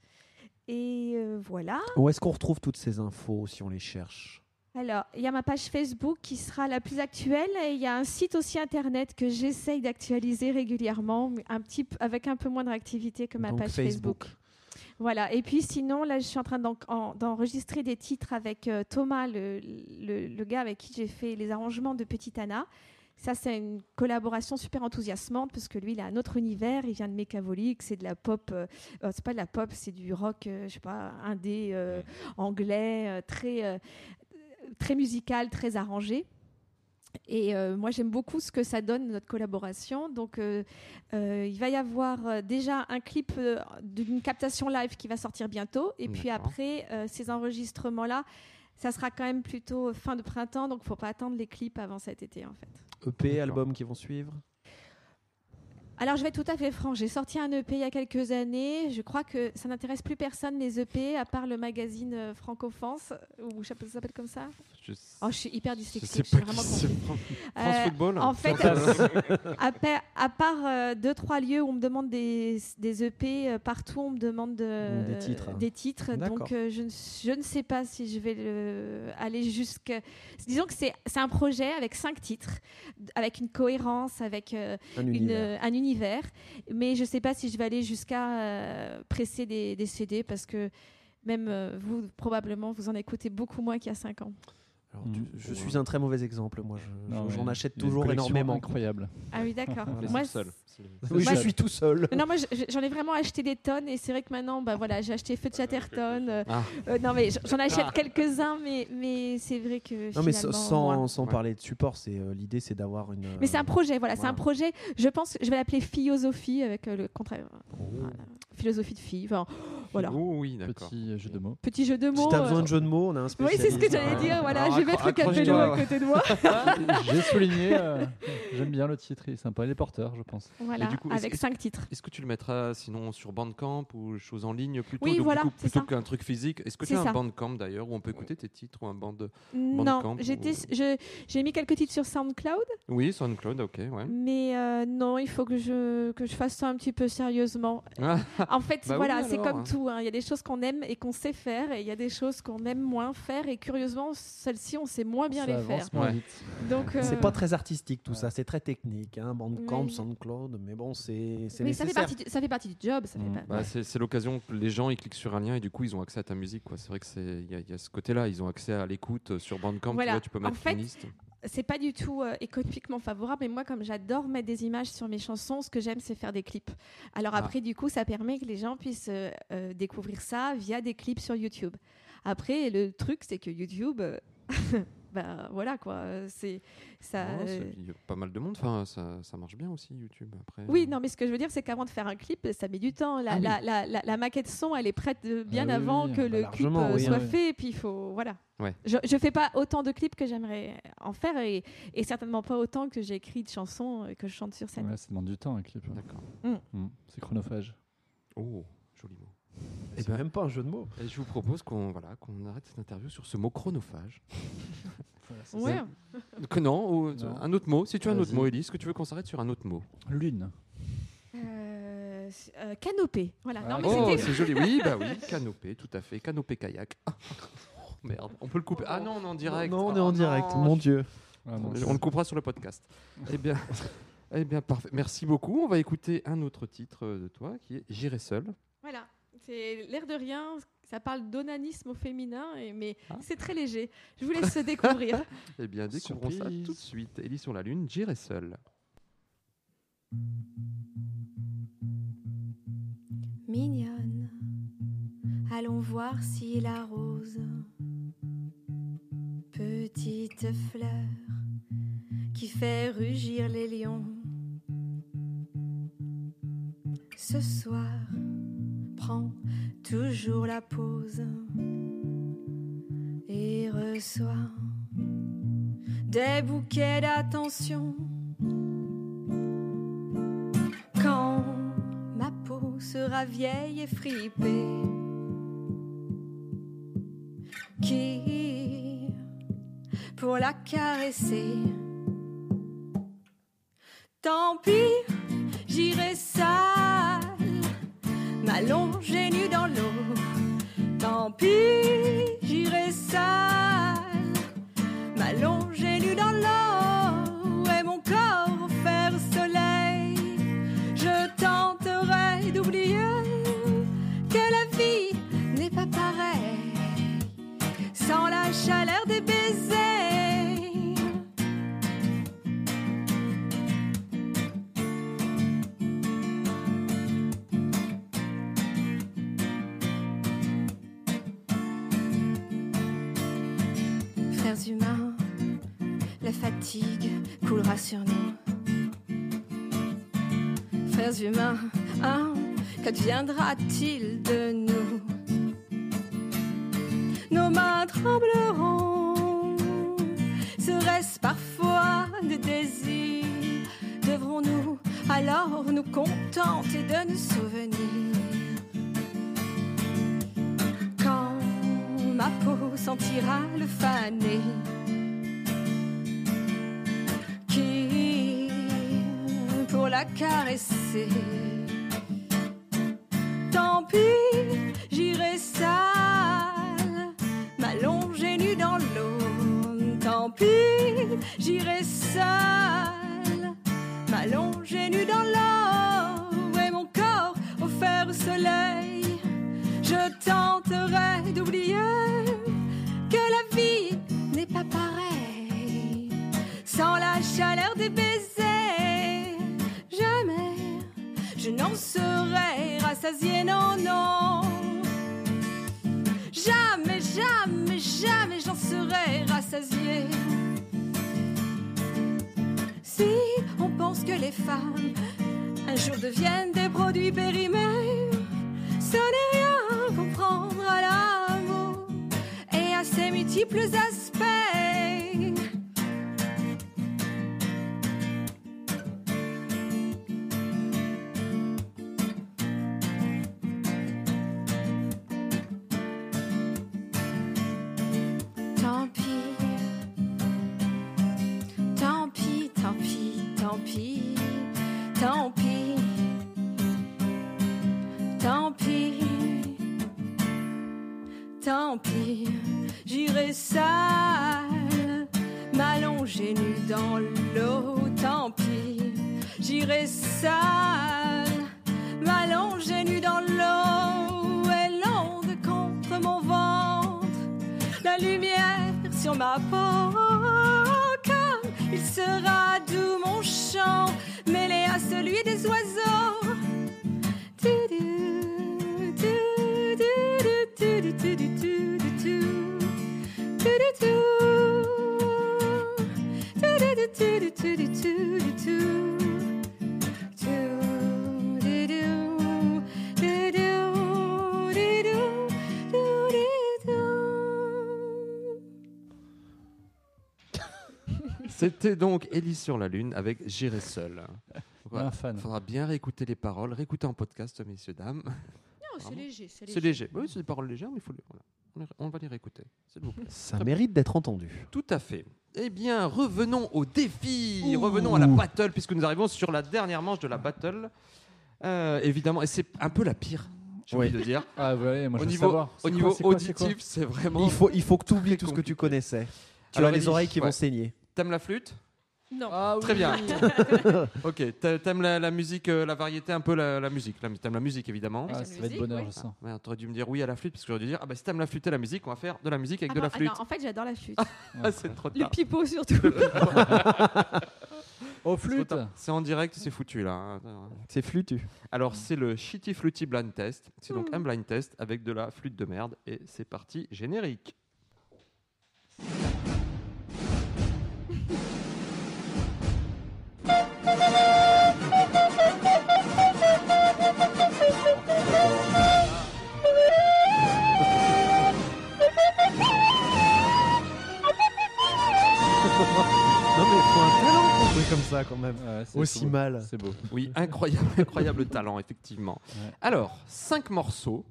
S5: Et euh, voilà.
S2: Où est-ce qu'on retrouve toutes ces infos si on les cherche
S5: Alors, il y a ma page Facebook qui sera la plus actuelle et il y a un site aussi internet que j'essaye d'actualiser régulièrement, mais un petit p- avec un peu moins de réactivité que ma
S2: Donc,
S5: page Facebook. Voilà. Et puis sinon, là, je suis en train d'en- en- d'enregistrer des titres avec euh, Thomas, le, le- le gars avec qui j'ai fait les arrangements de Petite Anna. Ça, c'est une collaboration super enthousiasmante parce que lui, il a un autre univers. Il vient de Mécavolique, c'est de la pop. euh, euh, c'est pas de la pop, c'est du rock, euh, je sais pas, indé euh, anglais, euh, très euh, très musical, très arrangé. Et euh, moi, j'aime beaucoup ce que ça donne, notre collaboration. Donc, euh, euh, il va y avoir euh, déjà un clip euh, d'une captation live qui va sortir bientôt. Et puis
S1: D'accord.
S5: après, euh, ces enregistrements-là, ça sera quand même plutôt fin de printemps. Donc, faut pas attendre les clips avant cet été, en fait.
S2: EP, E albums qui vont suivre
S5: Alors, je vais être tout à fait franc. J'ai sorti un EP il y a quelques années. Je crois que ça n'intéresse plus personne, les EP, à part le magazine euh, Francophance, ou je sais pas, ça s'appelle comme ça.
S1: je-
S5: Oh, je suis hyper dyslexique.
S1: je
S5: Je,
S1: sais
S5: suis
S1: pas qui
S5: vraiment
S1: c'est.
S5: confuse.
S1: France
S5: Euh,
S1: Football hein.
S5: en fait, [LAUGHS] à, pa- à part euh, deux trois lieux où on me demande des, des EP euh, partout, on me demande de-
S2: Des titres, hein.
S5: des titres.
S2: D'accord.
S5: donc euh, je, ne, je ne sais pas si je vais le- aller jusqu'à. Disons que c'est c'est un projet avec cinq titres, d- avec une cohérence, avec euh,
S2: Un
S5: une,
S2: univers.
S5: euh, un univers. Mais je ne sais pas si je vais aller jusqu'à euh, presser des, des CD parce que Même euh, vous, probablement, vous en écoutez beaucoup moins qu'il y a 5 ans.
S2: Alors,
S4: Mm.
S2: tu- je suis un très mauvais exemple. Moi, je-
S4: Non,
S2: euh, j'en
S4: ouais.
S2: achète
S4: Il y a une
S2: toujours
S4: collection
S2: énormément.
S4: Incroyable.
S5: Ah oui, d'accord.
S1: On les
S5: Moi,
S1: sort seuls.
S2: Oui, je
S5: Moi-
S2: suis tout seul.
S5: Mais Non, moi, je- j'en ai vraiment acheté des tonnes et c'est vrai que maintenant, bah voilà, j'ai acheté Feu de Chatterton. euh,
S1: Ah.
S5: euh, non, mais j'en achète quelques-uns, mais, mais c'est vrai que
S2: Non, mais
S5: finalement,
S2: sans,
S5: moins.
S2: sans
S1: Ouais.
S2: parler de support, c'est euh, l'idée, c'est d'avoir une. euh,
S5: Mais c'est un projet, voilà, c'est
S2: voilà.
S5: un projet. Je pense, que je vais l'appeler philosophie avec euh, le contraire,
S2: Oh.
S5: voilà, philosophie de fille. Enfin, voilà,
S1: Oh oui, d'accord.
S4: Petit jeu de
S5: [LAUGHS]
S4: mots.
S5: petit jeu de
S2: Si
S5: mots.
S2: t'as
S5: euh,
S2: besoin de jeux de mots, on a un
S5: Oui,
S2: spécialiste. euh,
S5: c'est ce que j'allais
S1: Ouais.
S5: dire. Voilà,
S1: hein. Alors,
S5: je vais mettre
S1: accro-
S5: Capello
S1: accroche-toi.
S5: à
S1: [LAUGHS]
S5: côté de moi.
S4: J'ai souligné. euh, J'aime bien le titre, il est sympa. Il est porteur, je pense.
S5: Voilà,
S1: du coup, est-ce-
S5: avec
S1: est-ce-
S5: cinq titres.
S1: Est-ce que tu le mettras sinon sur Bandcamp ou chose en ligne plutôt
S5: Oui,
S1: donc, du
S5: voilà,
S1: coup,
S5: c'est
S1: plutôt
S5: ça.
S1: qu'un truc physique Est-ce que tu
S5: C'est
S1: as un
S5: ça.
S1: Bandcamp d'ailleurs où on peut écouter tes titres ou un band
S5: Non,
S1: Bandcamp
S5: j'étais,
S1: ou-
S5: je- j'ai mis quelques titres sur SoundCloud.
S1: Oui, SoundCloud, ok, ouais.
S5: Mais euh, non, il faut que je, que je fasse ça un petit peu sérieusement.
S1: Ah,
S5: En fait,
S1: [LAUGHS] Bah
S5: voilà,
S1: oui,
S5: c'est
S1: alors,
S5: comme
S1: hein.
S5: tout. hein. Il y a des choses qu'on aime et qu'on sait faire, et il y a des choses qu'on aime moins faire. Et curieusement, celles-ci, on sait moins bien
S4: Ça
S5: les faire.
S4: avance moins
S1: Ouais.
S4: vite.
S5: Donc, euh,
S2: C'est pas très artistique tout ça, c'est très technique. Hein, Bandcamp,
S5: Oui.
S2: SoundCloud, mais bon, c'est c'est
S5: mais ça
S2: nécessaire.
S5: fait, partie du, ça fait partie du job. Ça fait
S4: Mm.
S5: pas-
S1: bah, c'est c'est l'occasion que les gens ils cliquent sur un lien et du coup ils ont accès à ta musique. quoi. C'est vrai que c'est il y, a- il y a ce côté-là, ils ont accès à l'écoute euh, sur Bandcamp. Tu,
S5: Voilà.
S1: vois, tu peux
S5: En
S1: mettre
S5: fait,
S1: une liste.
S5: C'est pas du tout euh, économiquement favorable, mais moi, comme j'adore mettre des images sur mes chansons, ce que j'aime, c'est faire des clips. Alors
S1: Ah.
S5: après, du coup, ça permet que les gens puissent euh, euh, découvrir ça via des clips sur YouTube. Après, le truc, c'est que YouTube, euh, [LAUGHS] bah voilà quoi, euh, c'est ça.
S1: Non, c'est-
S5: euh,
S1: Il y a pas mal de monde. Enfin, ça, ça marche bien aussi YouTube après.
S5: Oui,
S1: euh.
S5: non, mais ce que je veux dire, c'est qu'avant de faire un clip, ça met du temps. La,
S1: Ah oui.
S5: la, la, la- la maquette son, elle est prête de- bien
S4: oui,
S5: avant
S4: oui,
S5: que
S4: bah,
S5: le clip
S2: largement,
S5: euh,
S2: oui,
S5: soit
S4: oui.
S5: fait. Et puis, il faut. Voilà.
S1: Ouais.
S5: Je ne fais pas autant de clips que j'aimerais en faire et, et certainement pas autant que j'ai écrit de chansons et que je chante sur scène.
S4: Ouais, ça demande du temps, un clip.
S1: D'accord.
S4: Mm. C'est chronophage.
S1: Oh, joli mot.
S2: Et c'est même pas un jeu de mots.
S1: Et je vous propose qu'on voilà, qu'on arrête cette interview sur ce mot chronophage.
S5: Ouais.
S1: Que non, ou- euh,
S4: Non.
S1: un autre mot. Si tu as un autre
S4: Vas-y.
S1: mot, Elise, est-ce que tu veux qu'on s'arrête sur un autre mot
S4: Lune.
S5: Euh, c- euh, canopée. Voilà.
S4: Ah,
S5: non, mais
S1: Oh,
S5: [LAUGHS] c'était-
S1: c'est joli. Oui, bah oui, canopée, tout à fait. Canopée kayak. [LAUGHS] Ah, oh, merde, on peut le couper. Ah non, on est en direct.
S2: Non, on est
S1: Oh,
S2: en direct,
S1: non.
S2: mon dieu.
S4: Ah,
S1: On
S4: bon,
S1: le coupera sur le podcast. [LAUGHS] Eh bien, eh bien, parfait. Merci beaucoup. On va écouter un autre titre euh, de toi qui est J'irai seul.
S5: Voilà. C'est l'air de rien. Ça parle d'onanisme au féminin, et- mais
S1: Ah.
S5: c'est très léger. Je vous laisse découvrir.
S1: Eh bien, découvrons ça
S4: Surprise.
S1: tout de suite. Elise sur la lune, J'irai seul.
S8: mignonne. Allons voir si la rose, petite fleur qui fait rugir les lions. Ce soir, prends toujours la pause et reçois des bouquets d'attention. Quand ma peau sera vieille et fripée, qui pour la caresser Tant pis, j'irai sale, m'allonger nu dans l'eau. Tant pis, j'irai sale, m'allonger nu dans l'eau. Et mon corps faire soleil je tenterai d'oublier que la vie n'est pas pareille sans la chaleur des baisers. Frères humains, la fatigue coulera sur nous frères humains, hein, qu'adviendra-t-il de nous Nos mains trembleront, serait-ce parfois de désir Devrons-nous alors nous contenter de nous souvenir Quand ma peau sentira le fané qui pour la caresser. Tant pis, j'irai sale, m'allonger nu dans l'eau. Tant pis, j'irai sale, m'allonger nu dans l'eau. Et mon corps offert au soleil, je tenterai ferait d'oublier que la vie n'est pas pareille sans la chaleur des baisers. Jamais je n'en serai rassasiée, non, non. Jamais, jamais, jamais j'en serai rassasiée. Si on pense que les femmes un jour deviennent des produits périmés, ce n'est rien à comprendre à l'amour et à ses multiples aspects. Tant pis, tant pis, tant pis, tant pis, tant pis, tant pis, tant pis, j'irai sale, m'allonger nu dans l'eau, tant pis, j'irai sale, m'allonger nu dans l'eau, et l'onde contre mon ventre la lumière sur ma peau. Car il sera doux mon chant, mêlé à celui des oiseaux. Tu-du, tu-du, tu-du, tu-du, tu-du, tu. Tu-du, tu. Tu-du, tu-du, tu-du, tu-du, tu. Tu-du, tu-du, tu-du, tu-du, tu.
S1: C'était donc Élise sur la Lune avec J'irai seul. Voilà.
S4: Un fan.
S1: Faudra bien réécouter les paroles, réécouter en podcast, messieurs, dames.
S5: Non, c'est
S1: Pardon
S5: léger. C'est léger.
S1: C'est léger. Oui, c'est des paroles légères, mais il faut les- voilà. On les- On va les réécouter, s'il vous plaît.
S2: Ça mérite d'être entendu.
S1: Tout à fait. Eh bien, revenons au défi, revenons à la battle, puisque nous arrivons sur la dernière manche de la battle. Euh, évidemment, et c'est un peu la pire, j'ai envie de dire.
S4: Ah ouais, moi
S1: au
S4: je veux
S1: niveau,
S4: savoir.
S1: au
S4: C'est quoi,
S1: niveau
S4: c'est quoi, c'est quoi
S1: auditif, c'est vraiment.
S2: Il faut, il faut que tu oublies tout ce que
S1: compliqué.
S2: tu connaissais. Tu
S1: Alors,
S2: as les
S1: Élise,
S2: oreilles qui
S1: ouais.
S2: vont saigner.
S1: T'aimes la flûte
S5: Non.
S1: Ah Très
S5: [LAUGHS]
S1: bien. ok, t'a- t'aimes la, la musique, euh, la variété, un peu la, la musique. La- T'aimes la musique, évidemment.
S5: Ah,
S4: Ah,
S5: c'est
S4: ça va être
S5: musique,
S4: bonheur,
S5: oui.
S4: je sens.
S1: Merde, t'aurais dû me dire oui à la flûte, parce que j'aurais dû dire ah bah si t'aimes la flûte et la musique, on va faire de la musique avec
S5: Ah
S1: de
S5: non,
S1: la
S5: ah
S1: flûte.
S5: non, en fait, j'adore la flûte.
S1: Ah, c'est trop
S5: Le
S1: tard.
S5: pipeau
S1: [LAUGHS]
S5: surtout.
S4: Au
S1: C'est trop
S4: flûte
S1: tard. C'est en direct, c'est foutu là. hein.
S2: C'est flutu.
S1: Alors c'est le Shitty Flutty Blind Test. C'est donc un blind test avec de la flûte de merde et c'est parti
S2: [LAUGHS]
S1: générique.
S2: Non mais faut un talent pour jouer comme ça quand même.
S4: Ouais, c'est
S2: Aussi
S4: beau.
S2: mal.
S4: C'est beau.
S1: Oui, incroyable, [LAUGHS] incroyable talent effectivement.
S4: Ouais.
S1: Alors cinq morceaux.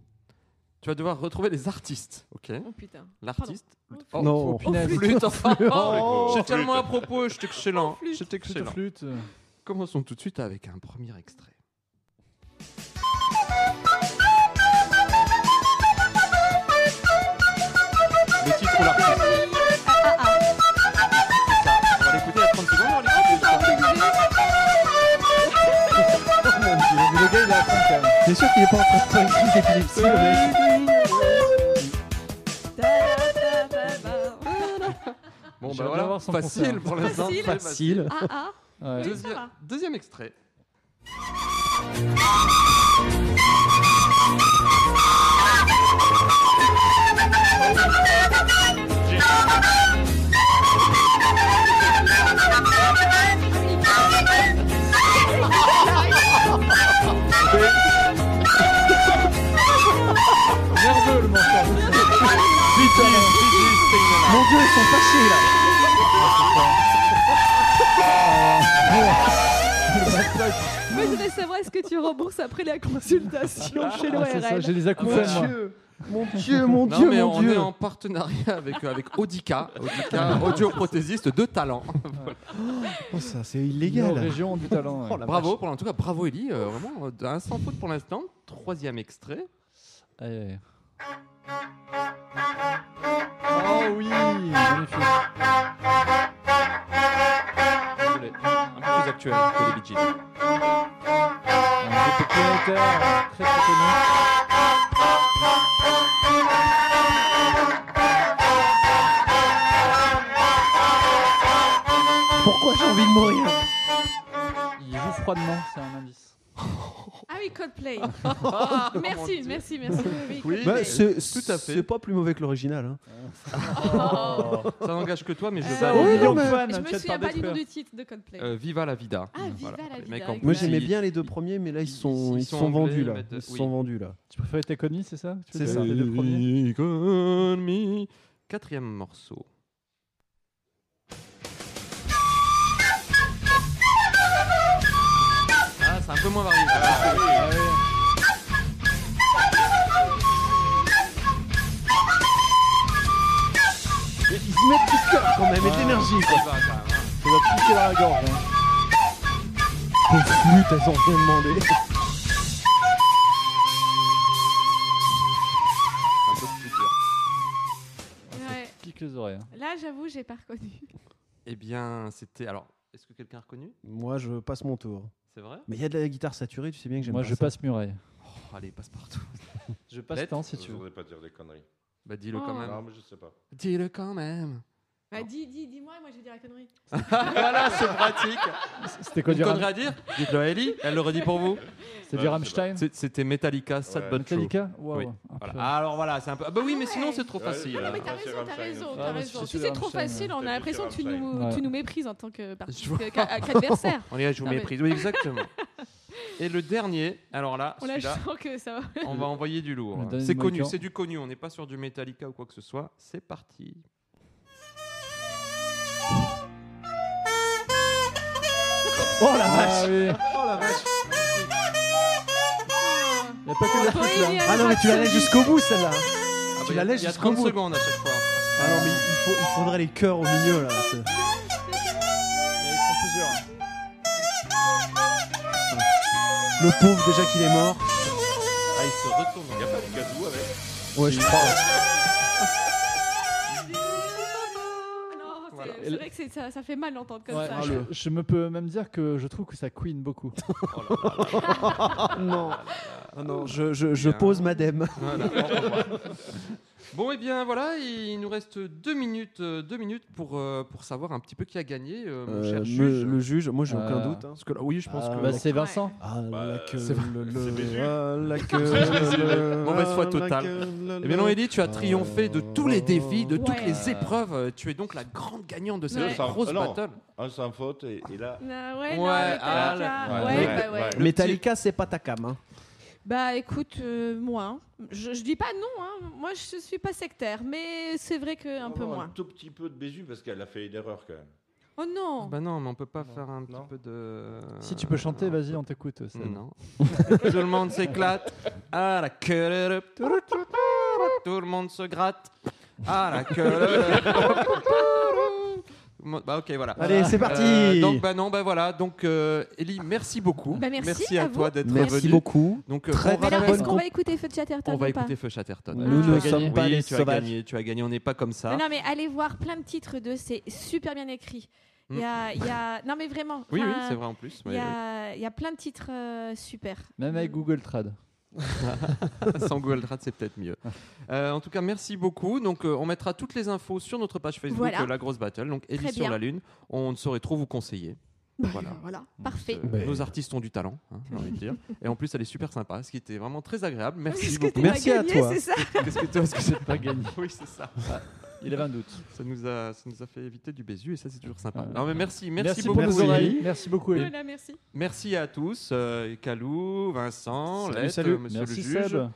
S1: Tu vas devoir retrouver les artistes, ok
S5: Oh putain.
S1: L'artiste.
S5: Pardon.
S1: Oh,
S2: non.
S1: oh,
S4: Punaise.
S1: flûte, enfin, oh,
S3: Oh,
S1: j'étais
S3: flûte.
S1: tellement à propos, j'étais excellent,
S5: flûte.
S1: j'étais
S4: Flûte,
S1: excellent.
S4: flûte. euh.
S1: Commençons tout de suite avec un premier extrait. Le titre ou l'artiste C'est ça. On va l'écouter à 30 secondes, on va
S5: Ah,
S1: l'écouter ou pas
S4: Mais le gars, il a appris quand même.
S2: C'est sûr qu'il est pas en train de faire une crise d'épilepsie. le mec.
S5: Ah,
S1: Bon,
S4: J'ai
S1: bah
S4: hâte
S1: voilà,
S4: d'avoir son
S1: facile
S4: concert.
S1: pour l'instant.
S5: Facile.
S1: très
S2: Facile.
S5: Ah
S1: [LAUGHS]
S4: Ouais.
S5: ah. Oui, ça
S1: Deuxième,
S5: va.
S1: deuxième extrait.
S4: Nerveux le mental.
S2: Mon dieu, ils sont fâchés là.
S5: Moi, je voudrais savoir est-ce que tu rembourses après la consultation chez
S4: Ah, c'est ça,
S5: l'ORL.
S4: j'ai les acouphènes. moi.
S2: Mon Oh, dieu, Ah, mon
S1: Non, mais on est en partenariat avec, euh, avec Audica, Audica, audioprothésiste de talent.
S2: Ah, Oh, ça, c'est
S4: Nos
S2: illégal.
S4: régions ont du talent. ouais.
S2: Oh, la
S1: Bravo,
S2: vache.
S1: pour, en tout cas, bravo Ellie, euh, vraiment, euh, un sans faute pour l'instant. Troisième extrait.
S4: Allez, allez.
S2: Oh oui.
S4: Magnifique.
S1: Désolé, un peu plus actuel que les Bee Gees.
S4: Un groupe de connecteurs, très très connu.
S2: Pourquoi j'ai envie de mourir
S4: Il joue froidement, c'est un indice.
S5: Ah oui,
S1: [LAUGHS]
S5: Coldplay. Ah, merci, merci, merci.
S1: Oh, Oui,
S5: Coldplay.
S1: Bah,
S2: Bah, c'est
S1: tout à fait.
S2: c'est pas plus mauvais que l'original. hein.
S5: Oh.
S1: Ça n'engage que toi, mais je
S2: Eh
S5: Euh,
S1: valide.
S5: oui,
S2: non,
S4: million de
S2: mais-
S4: fans,
S5: Je
S4: tu
S5: me
S4: vas te
S5: souviens
S4: faire
S5: pas du nom
S4: détruire.
S5: du titre de Coldplay.
S1: Euh, Viva la vida.
S5: Ah, Viva la
S1: Les
S5: vida,
S1: mecs en
S5: exact.
S2: Moi
S5: Bah,
S2: j'aimais
S1: ils-
S2: bien les deux premiers, mais là ils
S1: ils-
S2: sont,
S1: ils
S2: ils
S1: sont
S2: sont
S1: anglais,
S2: vendus là.
S1: mais de-
S2: Ils
S1: oui.
S2: sont vendus là.
S4: Tu préfères être connu, c'est ça Tu veux
S2: C'est
S4: dire
S2: ça.
S4: les deux premiers
S1: Économie. Quatrième morceau. Ah, c'est un peu moins varié.
S2: Ils se mettent du cœur quand même et de l'énergie quoi.
S1: Ça va, quand même, hein.
S4: Ça va piquer dans la gorge. hein.
S2: Pauvre hein. flûte, elles ont rien demandé.
S1: C'est un peu plus dur.
S5: Ouais.
S4: Pique les oreilles. hein.
S5: Là, j'avoue, j'ai pas reconnu.
S1: Eh bien, c'était. Alors, est-ce que quelqu'un a reconnu
S2: Moi je passe mon tour.
S1: C'est vrai
S2: Mais il y a de la guitare saturée, tu sais bien que j'aime
S4: Moi,
S2: pas
S4: je
S2: ça.
S4: passe muraille.
S1: Oh, Allez, passe [LAUGHS] partout.
S4: Je
S1: passe Lettre.
S4: temps si
S3: Je
S4: tu veux.
S3: voudrais pas dire des conneries.
S1: Bah, dis-le
S5: Oh.
S1: quand
S3: Non,
S1: même.
S3: mais je sais pas.
S1: Dis-le quand même.
S5: Bah, dis, dis, dis-moi, moi je vais dire la connerie.
S1: [LAUGHS] voilà, c'est pratique.
S4: C'était quoi
S1: [LAUGHS] Une
S4: du
S1: connerie à dire Dites-le à Ellie, elle le redit pour vous.
S4: C'était du Rammstein
S1: C'est- C'était Metallica, Sad
S3: Ouais.
S1: But True.
S4: Metallica Waouh.
S1: Oui.
S4: Ah,
S1: Voilà.
S4: purée.
S1: Alors voilà, c'est un peu. Ah bah oui, mais sinon
S5: Ouais.
S1: c'est trop
S3: Ouais,
S1: facile.
S3: ouais,
S5: Non, mais
S3: Ah,
S5: t'as
S3: c'est
S5: raison, t'as
S3: Rammstein,
S5: raison,
S3: ouais.
S5: t'as
S4: Ah, mais
S5: raison.
S4: c'est
S5: Si
S4: sûr,
S5: c'est trop
S4: Rammstein,
S5: facile,
S3: ouais.
S5: on a l'impression que tu nous,
S4: Ouais.
S5: tu nous méprises en tant que
S1: Je vois.
S5: participant- qu'a- qu'adversaire.
S1: On y a joué
S5: Non, mais-
S1: méprise. Oui, [LAUGHS] exactement. Et le dernier, alors là,
S5: On a
S1: [LAUGHS] celui-là,
S5: sens
S1: [LAUGHS]
S5: que ça va.
S1: on va envoyer du
S4: Le
S1: lourd.
S4: dernier
S1: C'est
S4: de
S1: connu,
S4: Mohican.
S1: c'est du connu. On n'est pas sur du Metallica ou quoi que ce soit. C'est parti.
S2: Oh la vache
S4: Ah oui.
S2: Oh la vache
S4: Il a pas que des trucs là.
S2: Ah non mais tu la laisses jusqu'au bout celle-là
S1: Ah, bah,
S2: Tu la
S1: il y a-
S2: laisses
S1: Il y a
S2: jusqu'au
S1: 30
S2: bout.
S1: secondes à chaque fois.
S2: Ah non mais il, faut, il faudrait les cœurs au milieu là. c'est-
S4: Ils sont plusieurs.
S2: Ah. Le pauvre déjà qu'il est mort.
S1: Ah, il se retourne.
S3: Y a pas de gazou avec
S2: Ouais je crois.
S5: Non, c'est-
S1: Voilà. Ah,
S5: c'est vrai que c'est- ça, ça fait mal d'entendre comme
S4: Ouais,
S5: ça.
S4: je, je me peux même dire que je trouve que ça queen beaucoup.
S2: Non. Ah non, je, je, je
S1: Bien.
S2: pose madame.
S1: Voilà, [LAUGHS] au revoir. Bon, et bien voilà, il nous reste deux minutes, euh, deux minutes pour, euh, pour savoir un petit peu qui a gagné, euh, mon cher
S2: Euh,
S1: juge.
S2: me- le juge, moi j'ai aucun
S4: Euh,
S2: doute. hein, parce que là, oui, je pense
S4: Ah,
S2: que.
S4: bah, c'est Vincent.
S2: Ah, la
S3: Bah,
S2: queue,
S3: c'est-
S2: le,
S3: c'est Bézu.
S2: le,
S1: [LAUGHS]
S2: la queue,
S1: C'est Bézu.
S2: le- le-
S1: Mauvaise foi
S2: la
S1: totale.
S2: queue, le-
S1: Eh bien non, Ellie, tu as
S2: Euh,
S1: triomphé de tous
S4: Euh,
S1: les défis, de toutes
S5: ouais.
S1: les épreuves. Euh, Tu es donc la grande gagnante de cette
S5: Ouais.
S1: grosse
S3: Non.
S1: battle.
S3: Un sans faute et, et là.
S5: Ah ouais, non,
S1: Ouais,
S5: Metallica.
S1: ah,
S3: là,
S5: ouais,
S3: ouais,
S5: bah ouais.
S3: ouais.
S2: Metallica, c'est pas ta cam. Hein.
S5: Bah écoute, euh, moi, hein. je, je dis pas non, hein. moi je suis pas sectaire, mais c'est vrai que
S1: Oh,
S5: un
S3: On
S5: peu
S3: va avoir
S5: moins.
S3: Un tout petit peu de Bézu parce qu'elle a fait une erreur quand même.
S5: Oh non
S1: Bah non, mais on peut pas
S3: Non.
S1: faire un petit
S3: Non.
S1: peu de.
S4: Si tu peux chanter, vas-y, on t'écoute. Seb.
S1: Non. Mm. [LAUGHS] Tout le monde s'éclate. À la queue. Tout le monde se gratte. À la queue. Bah ok, voilà.
S2: Allez, c'est parti.
S1: Euh, donc bah non, bah voilà. Donc euh, Ellie, merci beaucoup.
S5: Bah, merci
S1: à,
S5: à vous.
S1: toi d'être venue.
S2: Merci beaucoup.
S1: Donc euh, on
S2: Très,
S5: Mais
S2: très
S5: alors,
S1: rappelle-
S5: est-ce qu'on
S2: bonne
S5: va écouter Feu de Chatterton
S1: on va
S5: ou
S1: écouter Feu Chatterton.
S4: Nous
S1: Ah.
S2: Nous
S1: Tu as
S2: ne
S1: gagné.
S2: sommes pas
S1: Oui,
S2: les
S1: tu as
S2: sauvages.
S1: gagné, tu as gagné. On n'est pas comme
S5: pas
S1: ça.
S5: Non, non, mais allez voir plein de titres de c'est super bien écrit. Il y a, il y a- Non, mais vraiment.
S1: Mm. Oui, oui,
S5: enfin,
S1: c'est vrai en plus. euh,
S5: Il
S1: Oui,
S5: y, a, il y a plein de titres euh, super.
S4: Même avec Google Trad.
S1: oui. Sans Google Trad, c'est peut-être mieux. Euh, en tout cas, merci beaucoup. Donc, euh, on mettra toutes les infos sur notre page Facebook,
S5: Voilà.
S1: euh, La Grosse Battle. Donc, Ellie
S5: Très
S1: sur
S5: bien.
S1: la Lune. On ne saurait trop vous conseiller. Voilà.
S5: Bah, Voilà, parfait.
S1: Euh,
S2: Ben.
S1: Nos artistes ont du talent, hein, j'ai envie de dire. Et en plus, elle est super sympa, ce qui était vraiment très agréable. Merci
S5: Est-ce que
S1: beaucoup.
S5: t'es [LAUGHS]
S2: Merci
S5: pas
S2: à
S5: gagné,
S2: toi.
S5: c'est ça
S1: Qu'est-ce que tu as que
S4: Pas gagné.
S1: [LAUGHS] Oui, c'est ça.
S4: Il est 20 août.
S1: Ça nous, a, ça nous a fait éviter du Bézu et ça, c'est toujours sympa.
S4: Ouais.
S1: Non, mais merci, merci,
S4: Merci,
S1: beaucoup.
S4: pour vos
S1: Ellie.
S4: oreilles. Merci beaucoup. Ellie.
S5: Voilà, merci.
S1: Merci à tous, euh, Calou, Vincent, Lette, euh, Monsieur
S4: Merci
S1: le juge.
S4: Seb.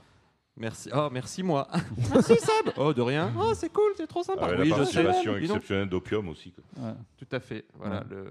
S1: Merci. Oh, merci moi. [LAUGHS] merci Seb. Oh, de rien. Oh, c'est cool, c'est trop sympa.
S3: Avec
S1: oui,
S3: Ah la
S1: je sais.
S3: participation
S1: Dis donc.
S3: exceptionnelle d'opium aussi. Quoi.
S4: Ouais,
S1: Tout à fait. Voilà
S4: Ouais.
S1: le,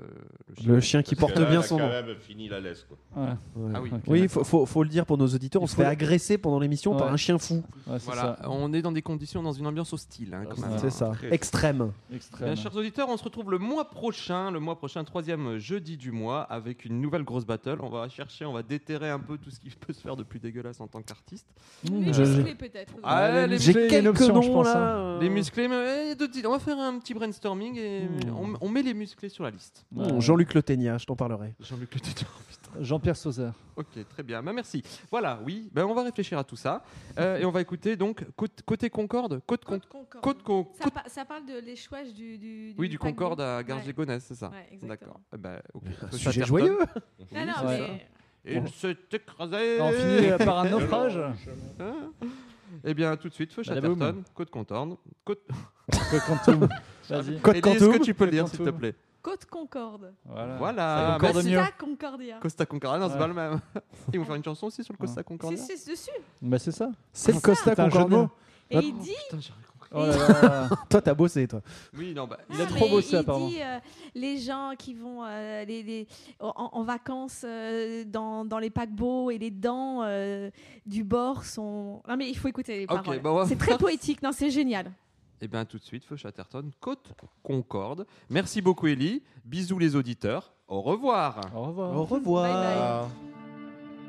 S2: Le chien qui
S3: Parce
S2: porte
S3: que là,
S2: bien
S3: elle a
S2: son
S3: quand
S2: nom.
S3: même fini la laisse. Quoi.
S4: ouais,
S2: Ouais.
S1: Ah oui.
S4: ok.
S2: Oui, faut, faut, faut le dire pour nos auditeurs. On
S4: Il
S2: se
S4: faut
S2: fait
S4: le-
S2: agresser pendant l'émission par
S4: Ouais.
S2: un chien fou.
S4: Ouais, c'est
S1: Voilà,
S4: ça.
S1: on est dans des conditions, dans une ambiance hostile. hein, quand
S4: Ouais,
S1: même.
S2: C'est ça.
S3: Très-
S2: Extrême.
S1: Bien,
S4: Extrême.
S1: chers auditeurs, on se retrouve le mois prochain, le mois prochain, troisième jeudi du mois, avec une nouvelle grosse battle. On va chercher, on va déterrer un peu tout ce qui peut se faire de plus dégueulasse en tant qu'artiste.
S4: Mm,
S5: Mais
S2: Je-
S5: je l'ai peut-être.
S1: Ah,
S4: Ouais,
S1: les
S4: j'ai
S1: musclés,
S4: quelques noms, hein. là.
S2: là.
S5: hein.
S2: euh,
S1: Les musclés, mais, eh, de- on va faire un petit brainstorming et
S4: Hmm.
S1: on, on met les musclés sur la liste.
S2: Bon, Jean-Luc Le Ténia, je t'en parlerai.
S1: Jean-Luc Le Tétard, putain.
S4: Jean-Pierre Sauzard.
S1: Ok, très bien. Bah, merci. Voilà, oui. Ben, on va réfléchir à tout ça. Euh, et on va écouter donc côte- côté Concorde, côte, Con-
S5: Côte Concorde.
S1: côte Con-
S5: Ça,
S1: côte-
S5: par- ça parle de l'échouage du, du.
S1: oui, du
S5: paquebot.
S1: Concorde à
S5: Ouais.
S1: Garges-les-Gonesse, c'est ça
S5: Ouais, exactement.
S1: D'accord. Eh ben,
S4: [LAUGHS]
S1: ok. Monsieur
S2: Sujet
S1: Carton.
S2: joyeux.
S5: Non, non,
S4: Ouais.
S5: mais
S1: Et Il s'est écrasé.
S4: On finit
S1: Eh.
S4: euh, par un
S1: [LAUGHS]
S4: naufrage.
S1: Hein eh bien, tout de suite, feu
S4: Badaboum.
S1: Chatterton, côte Concorde. Côte...
S4: Que Quantum. Vas-y.
S2: Côte
S1: Élie, est-ce que
S2: Quantum.
S1: tu peux le dire,
S4: Côte
S1: s'il te
S4: Quantum.
S1: plaît
S5: Côte Concorde.
S4: Voilà.
S1: Voilà.
S4: Concorde
S1: merci.
S4: mieux.
S5: Costa Concordia.
S1: Costa Concordia, Ah non, c'est
S4: Ouais.
S1: pas le
S4: [LAUGHS]
S1: même. Ils vont faire une chanson aussi sur le Costa
S5: C'est
S1: Concordia.
S5: c'est dessus.
S4: Bah, c'est ça.
S2: C'est le Costa
S4: C'est un jeu de
S2: Concordia.
S4: mots.
S5: Et
S2: Ah,
S5: il dit.
S1: Putain, j'ai rien compris.
S4: Oh là là
S1: [LAUGHS]
S4: là.
S2: Toi, t'as bossé, toi.
S1: Oui, non, bah,
S4: Il a
S5: Ah,
S4: trop
S5: mais
S4: bossé,
S5: il
S4: apparemment.
S5: dit, euh, les gens qui vont euh, les- les- en, en vacances euh, dans, dans les paquebots et les dents euh, du bord sont. Non mais il faut écouter les
S1: Ok,
S5: paroles.
S1: bah, on va
S5: c'est
S1: voir.
S5: très poétique. Non, c'est génial.
S1: Eh bien, tout de suite, Feu Chatterton, Côte Concorde. Merci beaucoup, Ellie. Bisous, les auditeurs. Au revoir.
S4: Au revoir.
S2: Au revoir.
S5: Bye bye.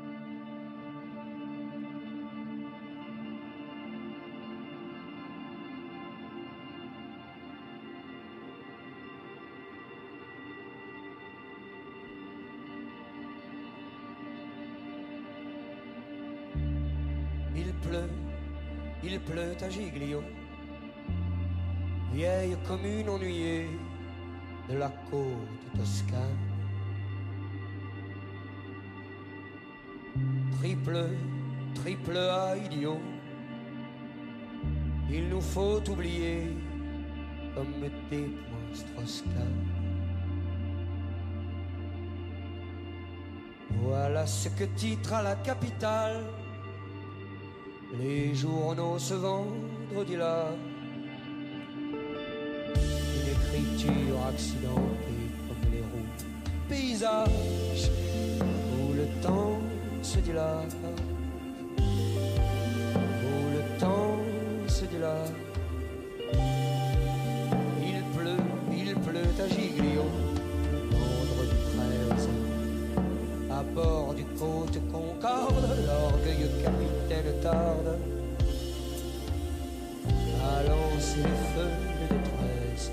S6: Il pleut, il pleut à Giglio, vieille commune ennuyée de la côte toscane. Triple, triple A idiot, il nous faut oublier comme des points strauss Voilà ce que titre à la capitale les journaux ce vendredi-là. Une écriture accidentée comme les roues. Paysage où le temps se dilate. Où le temps se dilate. Il pleut, il pleut à Giglio. Vendredi 13 à bord du côte Concorde, l'orgueilleux capitaine tarde à lancer les feux de détresse,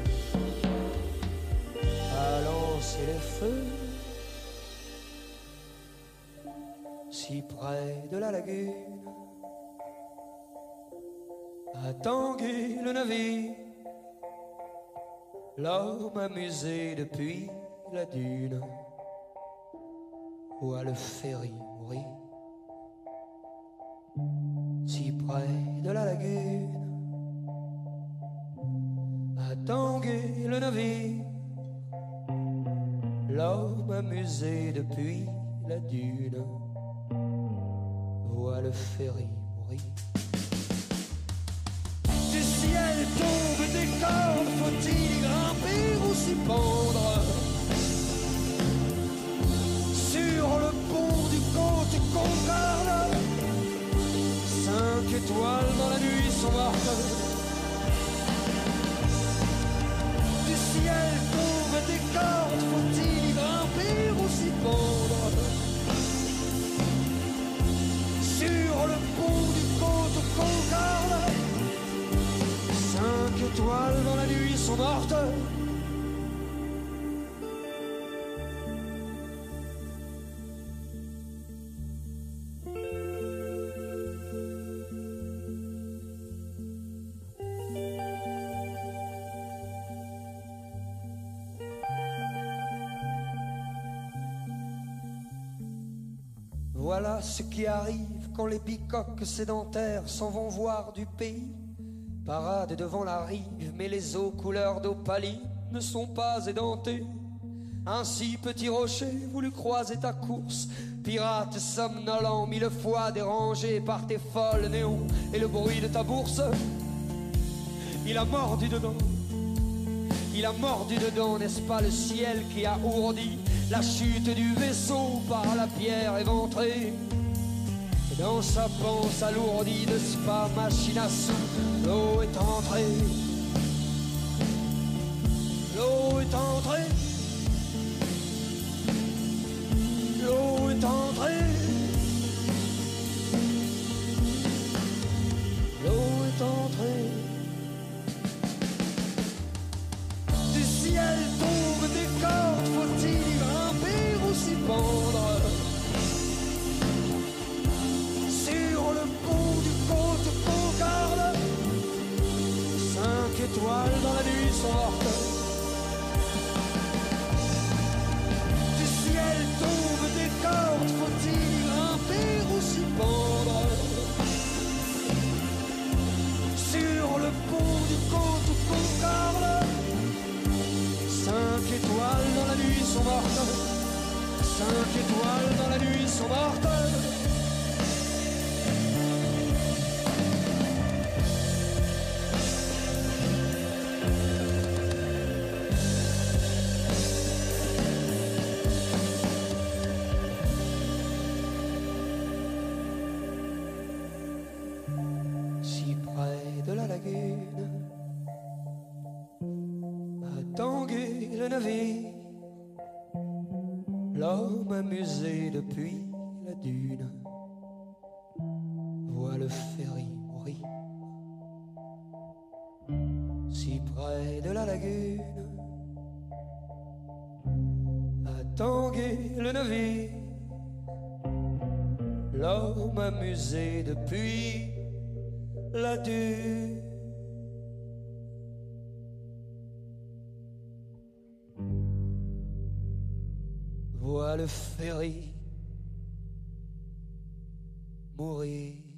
S6: à lancer les feux si près de la lagune. À Tanguy, le navire, l'homme amusé depuis la dune ou à le ferry mourir. Si près de la lagune, à Tanguy le navire, l'homme amusé depuis la dune, ou à le ferry mourir. Du ciel tombe des cordes, faut-il grimper ou s'y pendre? sur le pont du côte Concorde. Cinq étoiles dans la nuit sont mortes. Du ciel tombent des cordes, faut-il y grimper ou s'y pendre Sur le pont du côte Concorde. Cinq étoiles dans la nuit sont mortes. Voilà ce qui arrive quand les bicoques sédentaires s'en vont voir du pays. Parade devant la rive, mais les eaux couleur d'opalie ne sont pas édentées. Ainsi, petit rocher, voulu croiser ta course. Pirate somnolent, mille fois dérangé par tes folles néons et le bruit de ta bourse. Il a mordu dedans. Il a mordu dedans, n'est-ce pas le ciel qui a ourdi la chute du vaisseau par la pierre éventrée Et Dans sa panse alourdie de spa machine à sous, l'eau est entrée. L'eau est entrée. L'eau est entrée. L'eau est entrée. Du ciel tombe des cordes, faut-il y grimper ou s'y pendre étoiles dans la nuit sont mortes. Du ciel tombent des cordes, faut-il grimper ou s'y pendre Sur le pont du côte ou Concorde, cinq étoiles dans la nuit sont mortes. Cinq étoiles dans la nuit sont mortes. si près de la lagune, à Tanguy le navire, l'homme amusé depuis la dune, voit le ferry mourir. Si près de la lagune, à Tanguy le navire, l'homme amusé depuis la dune. Vois le ferry mourir.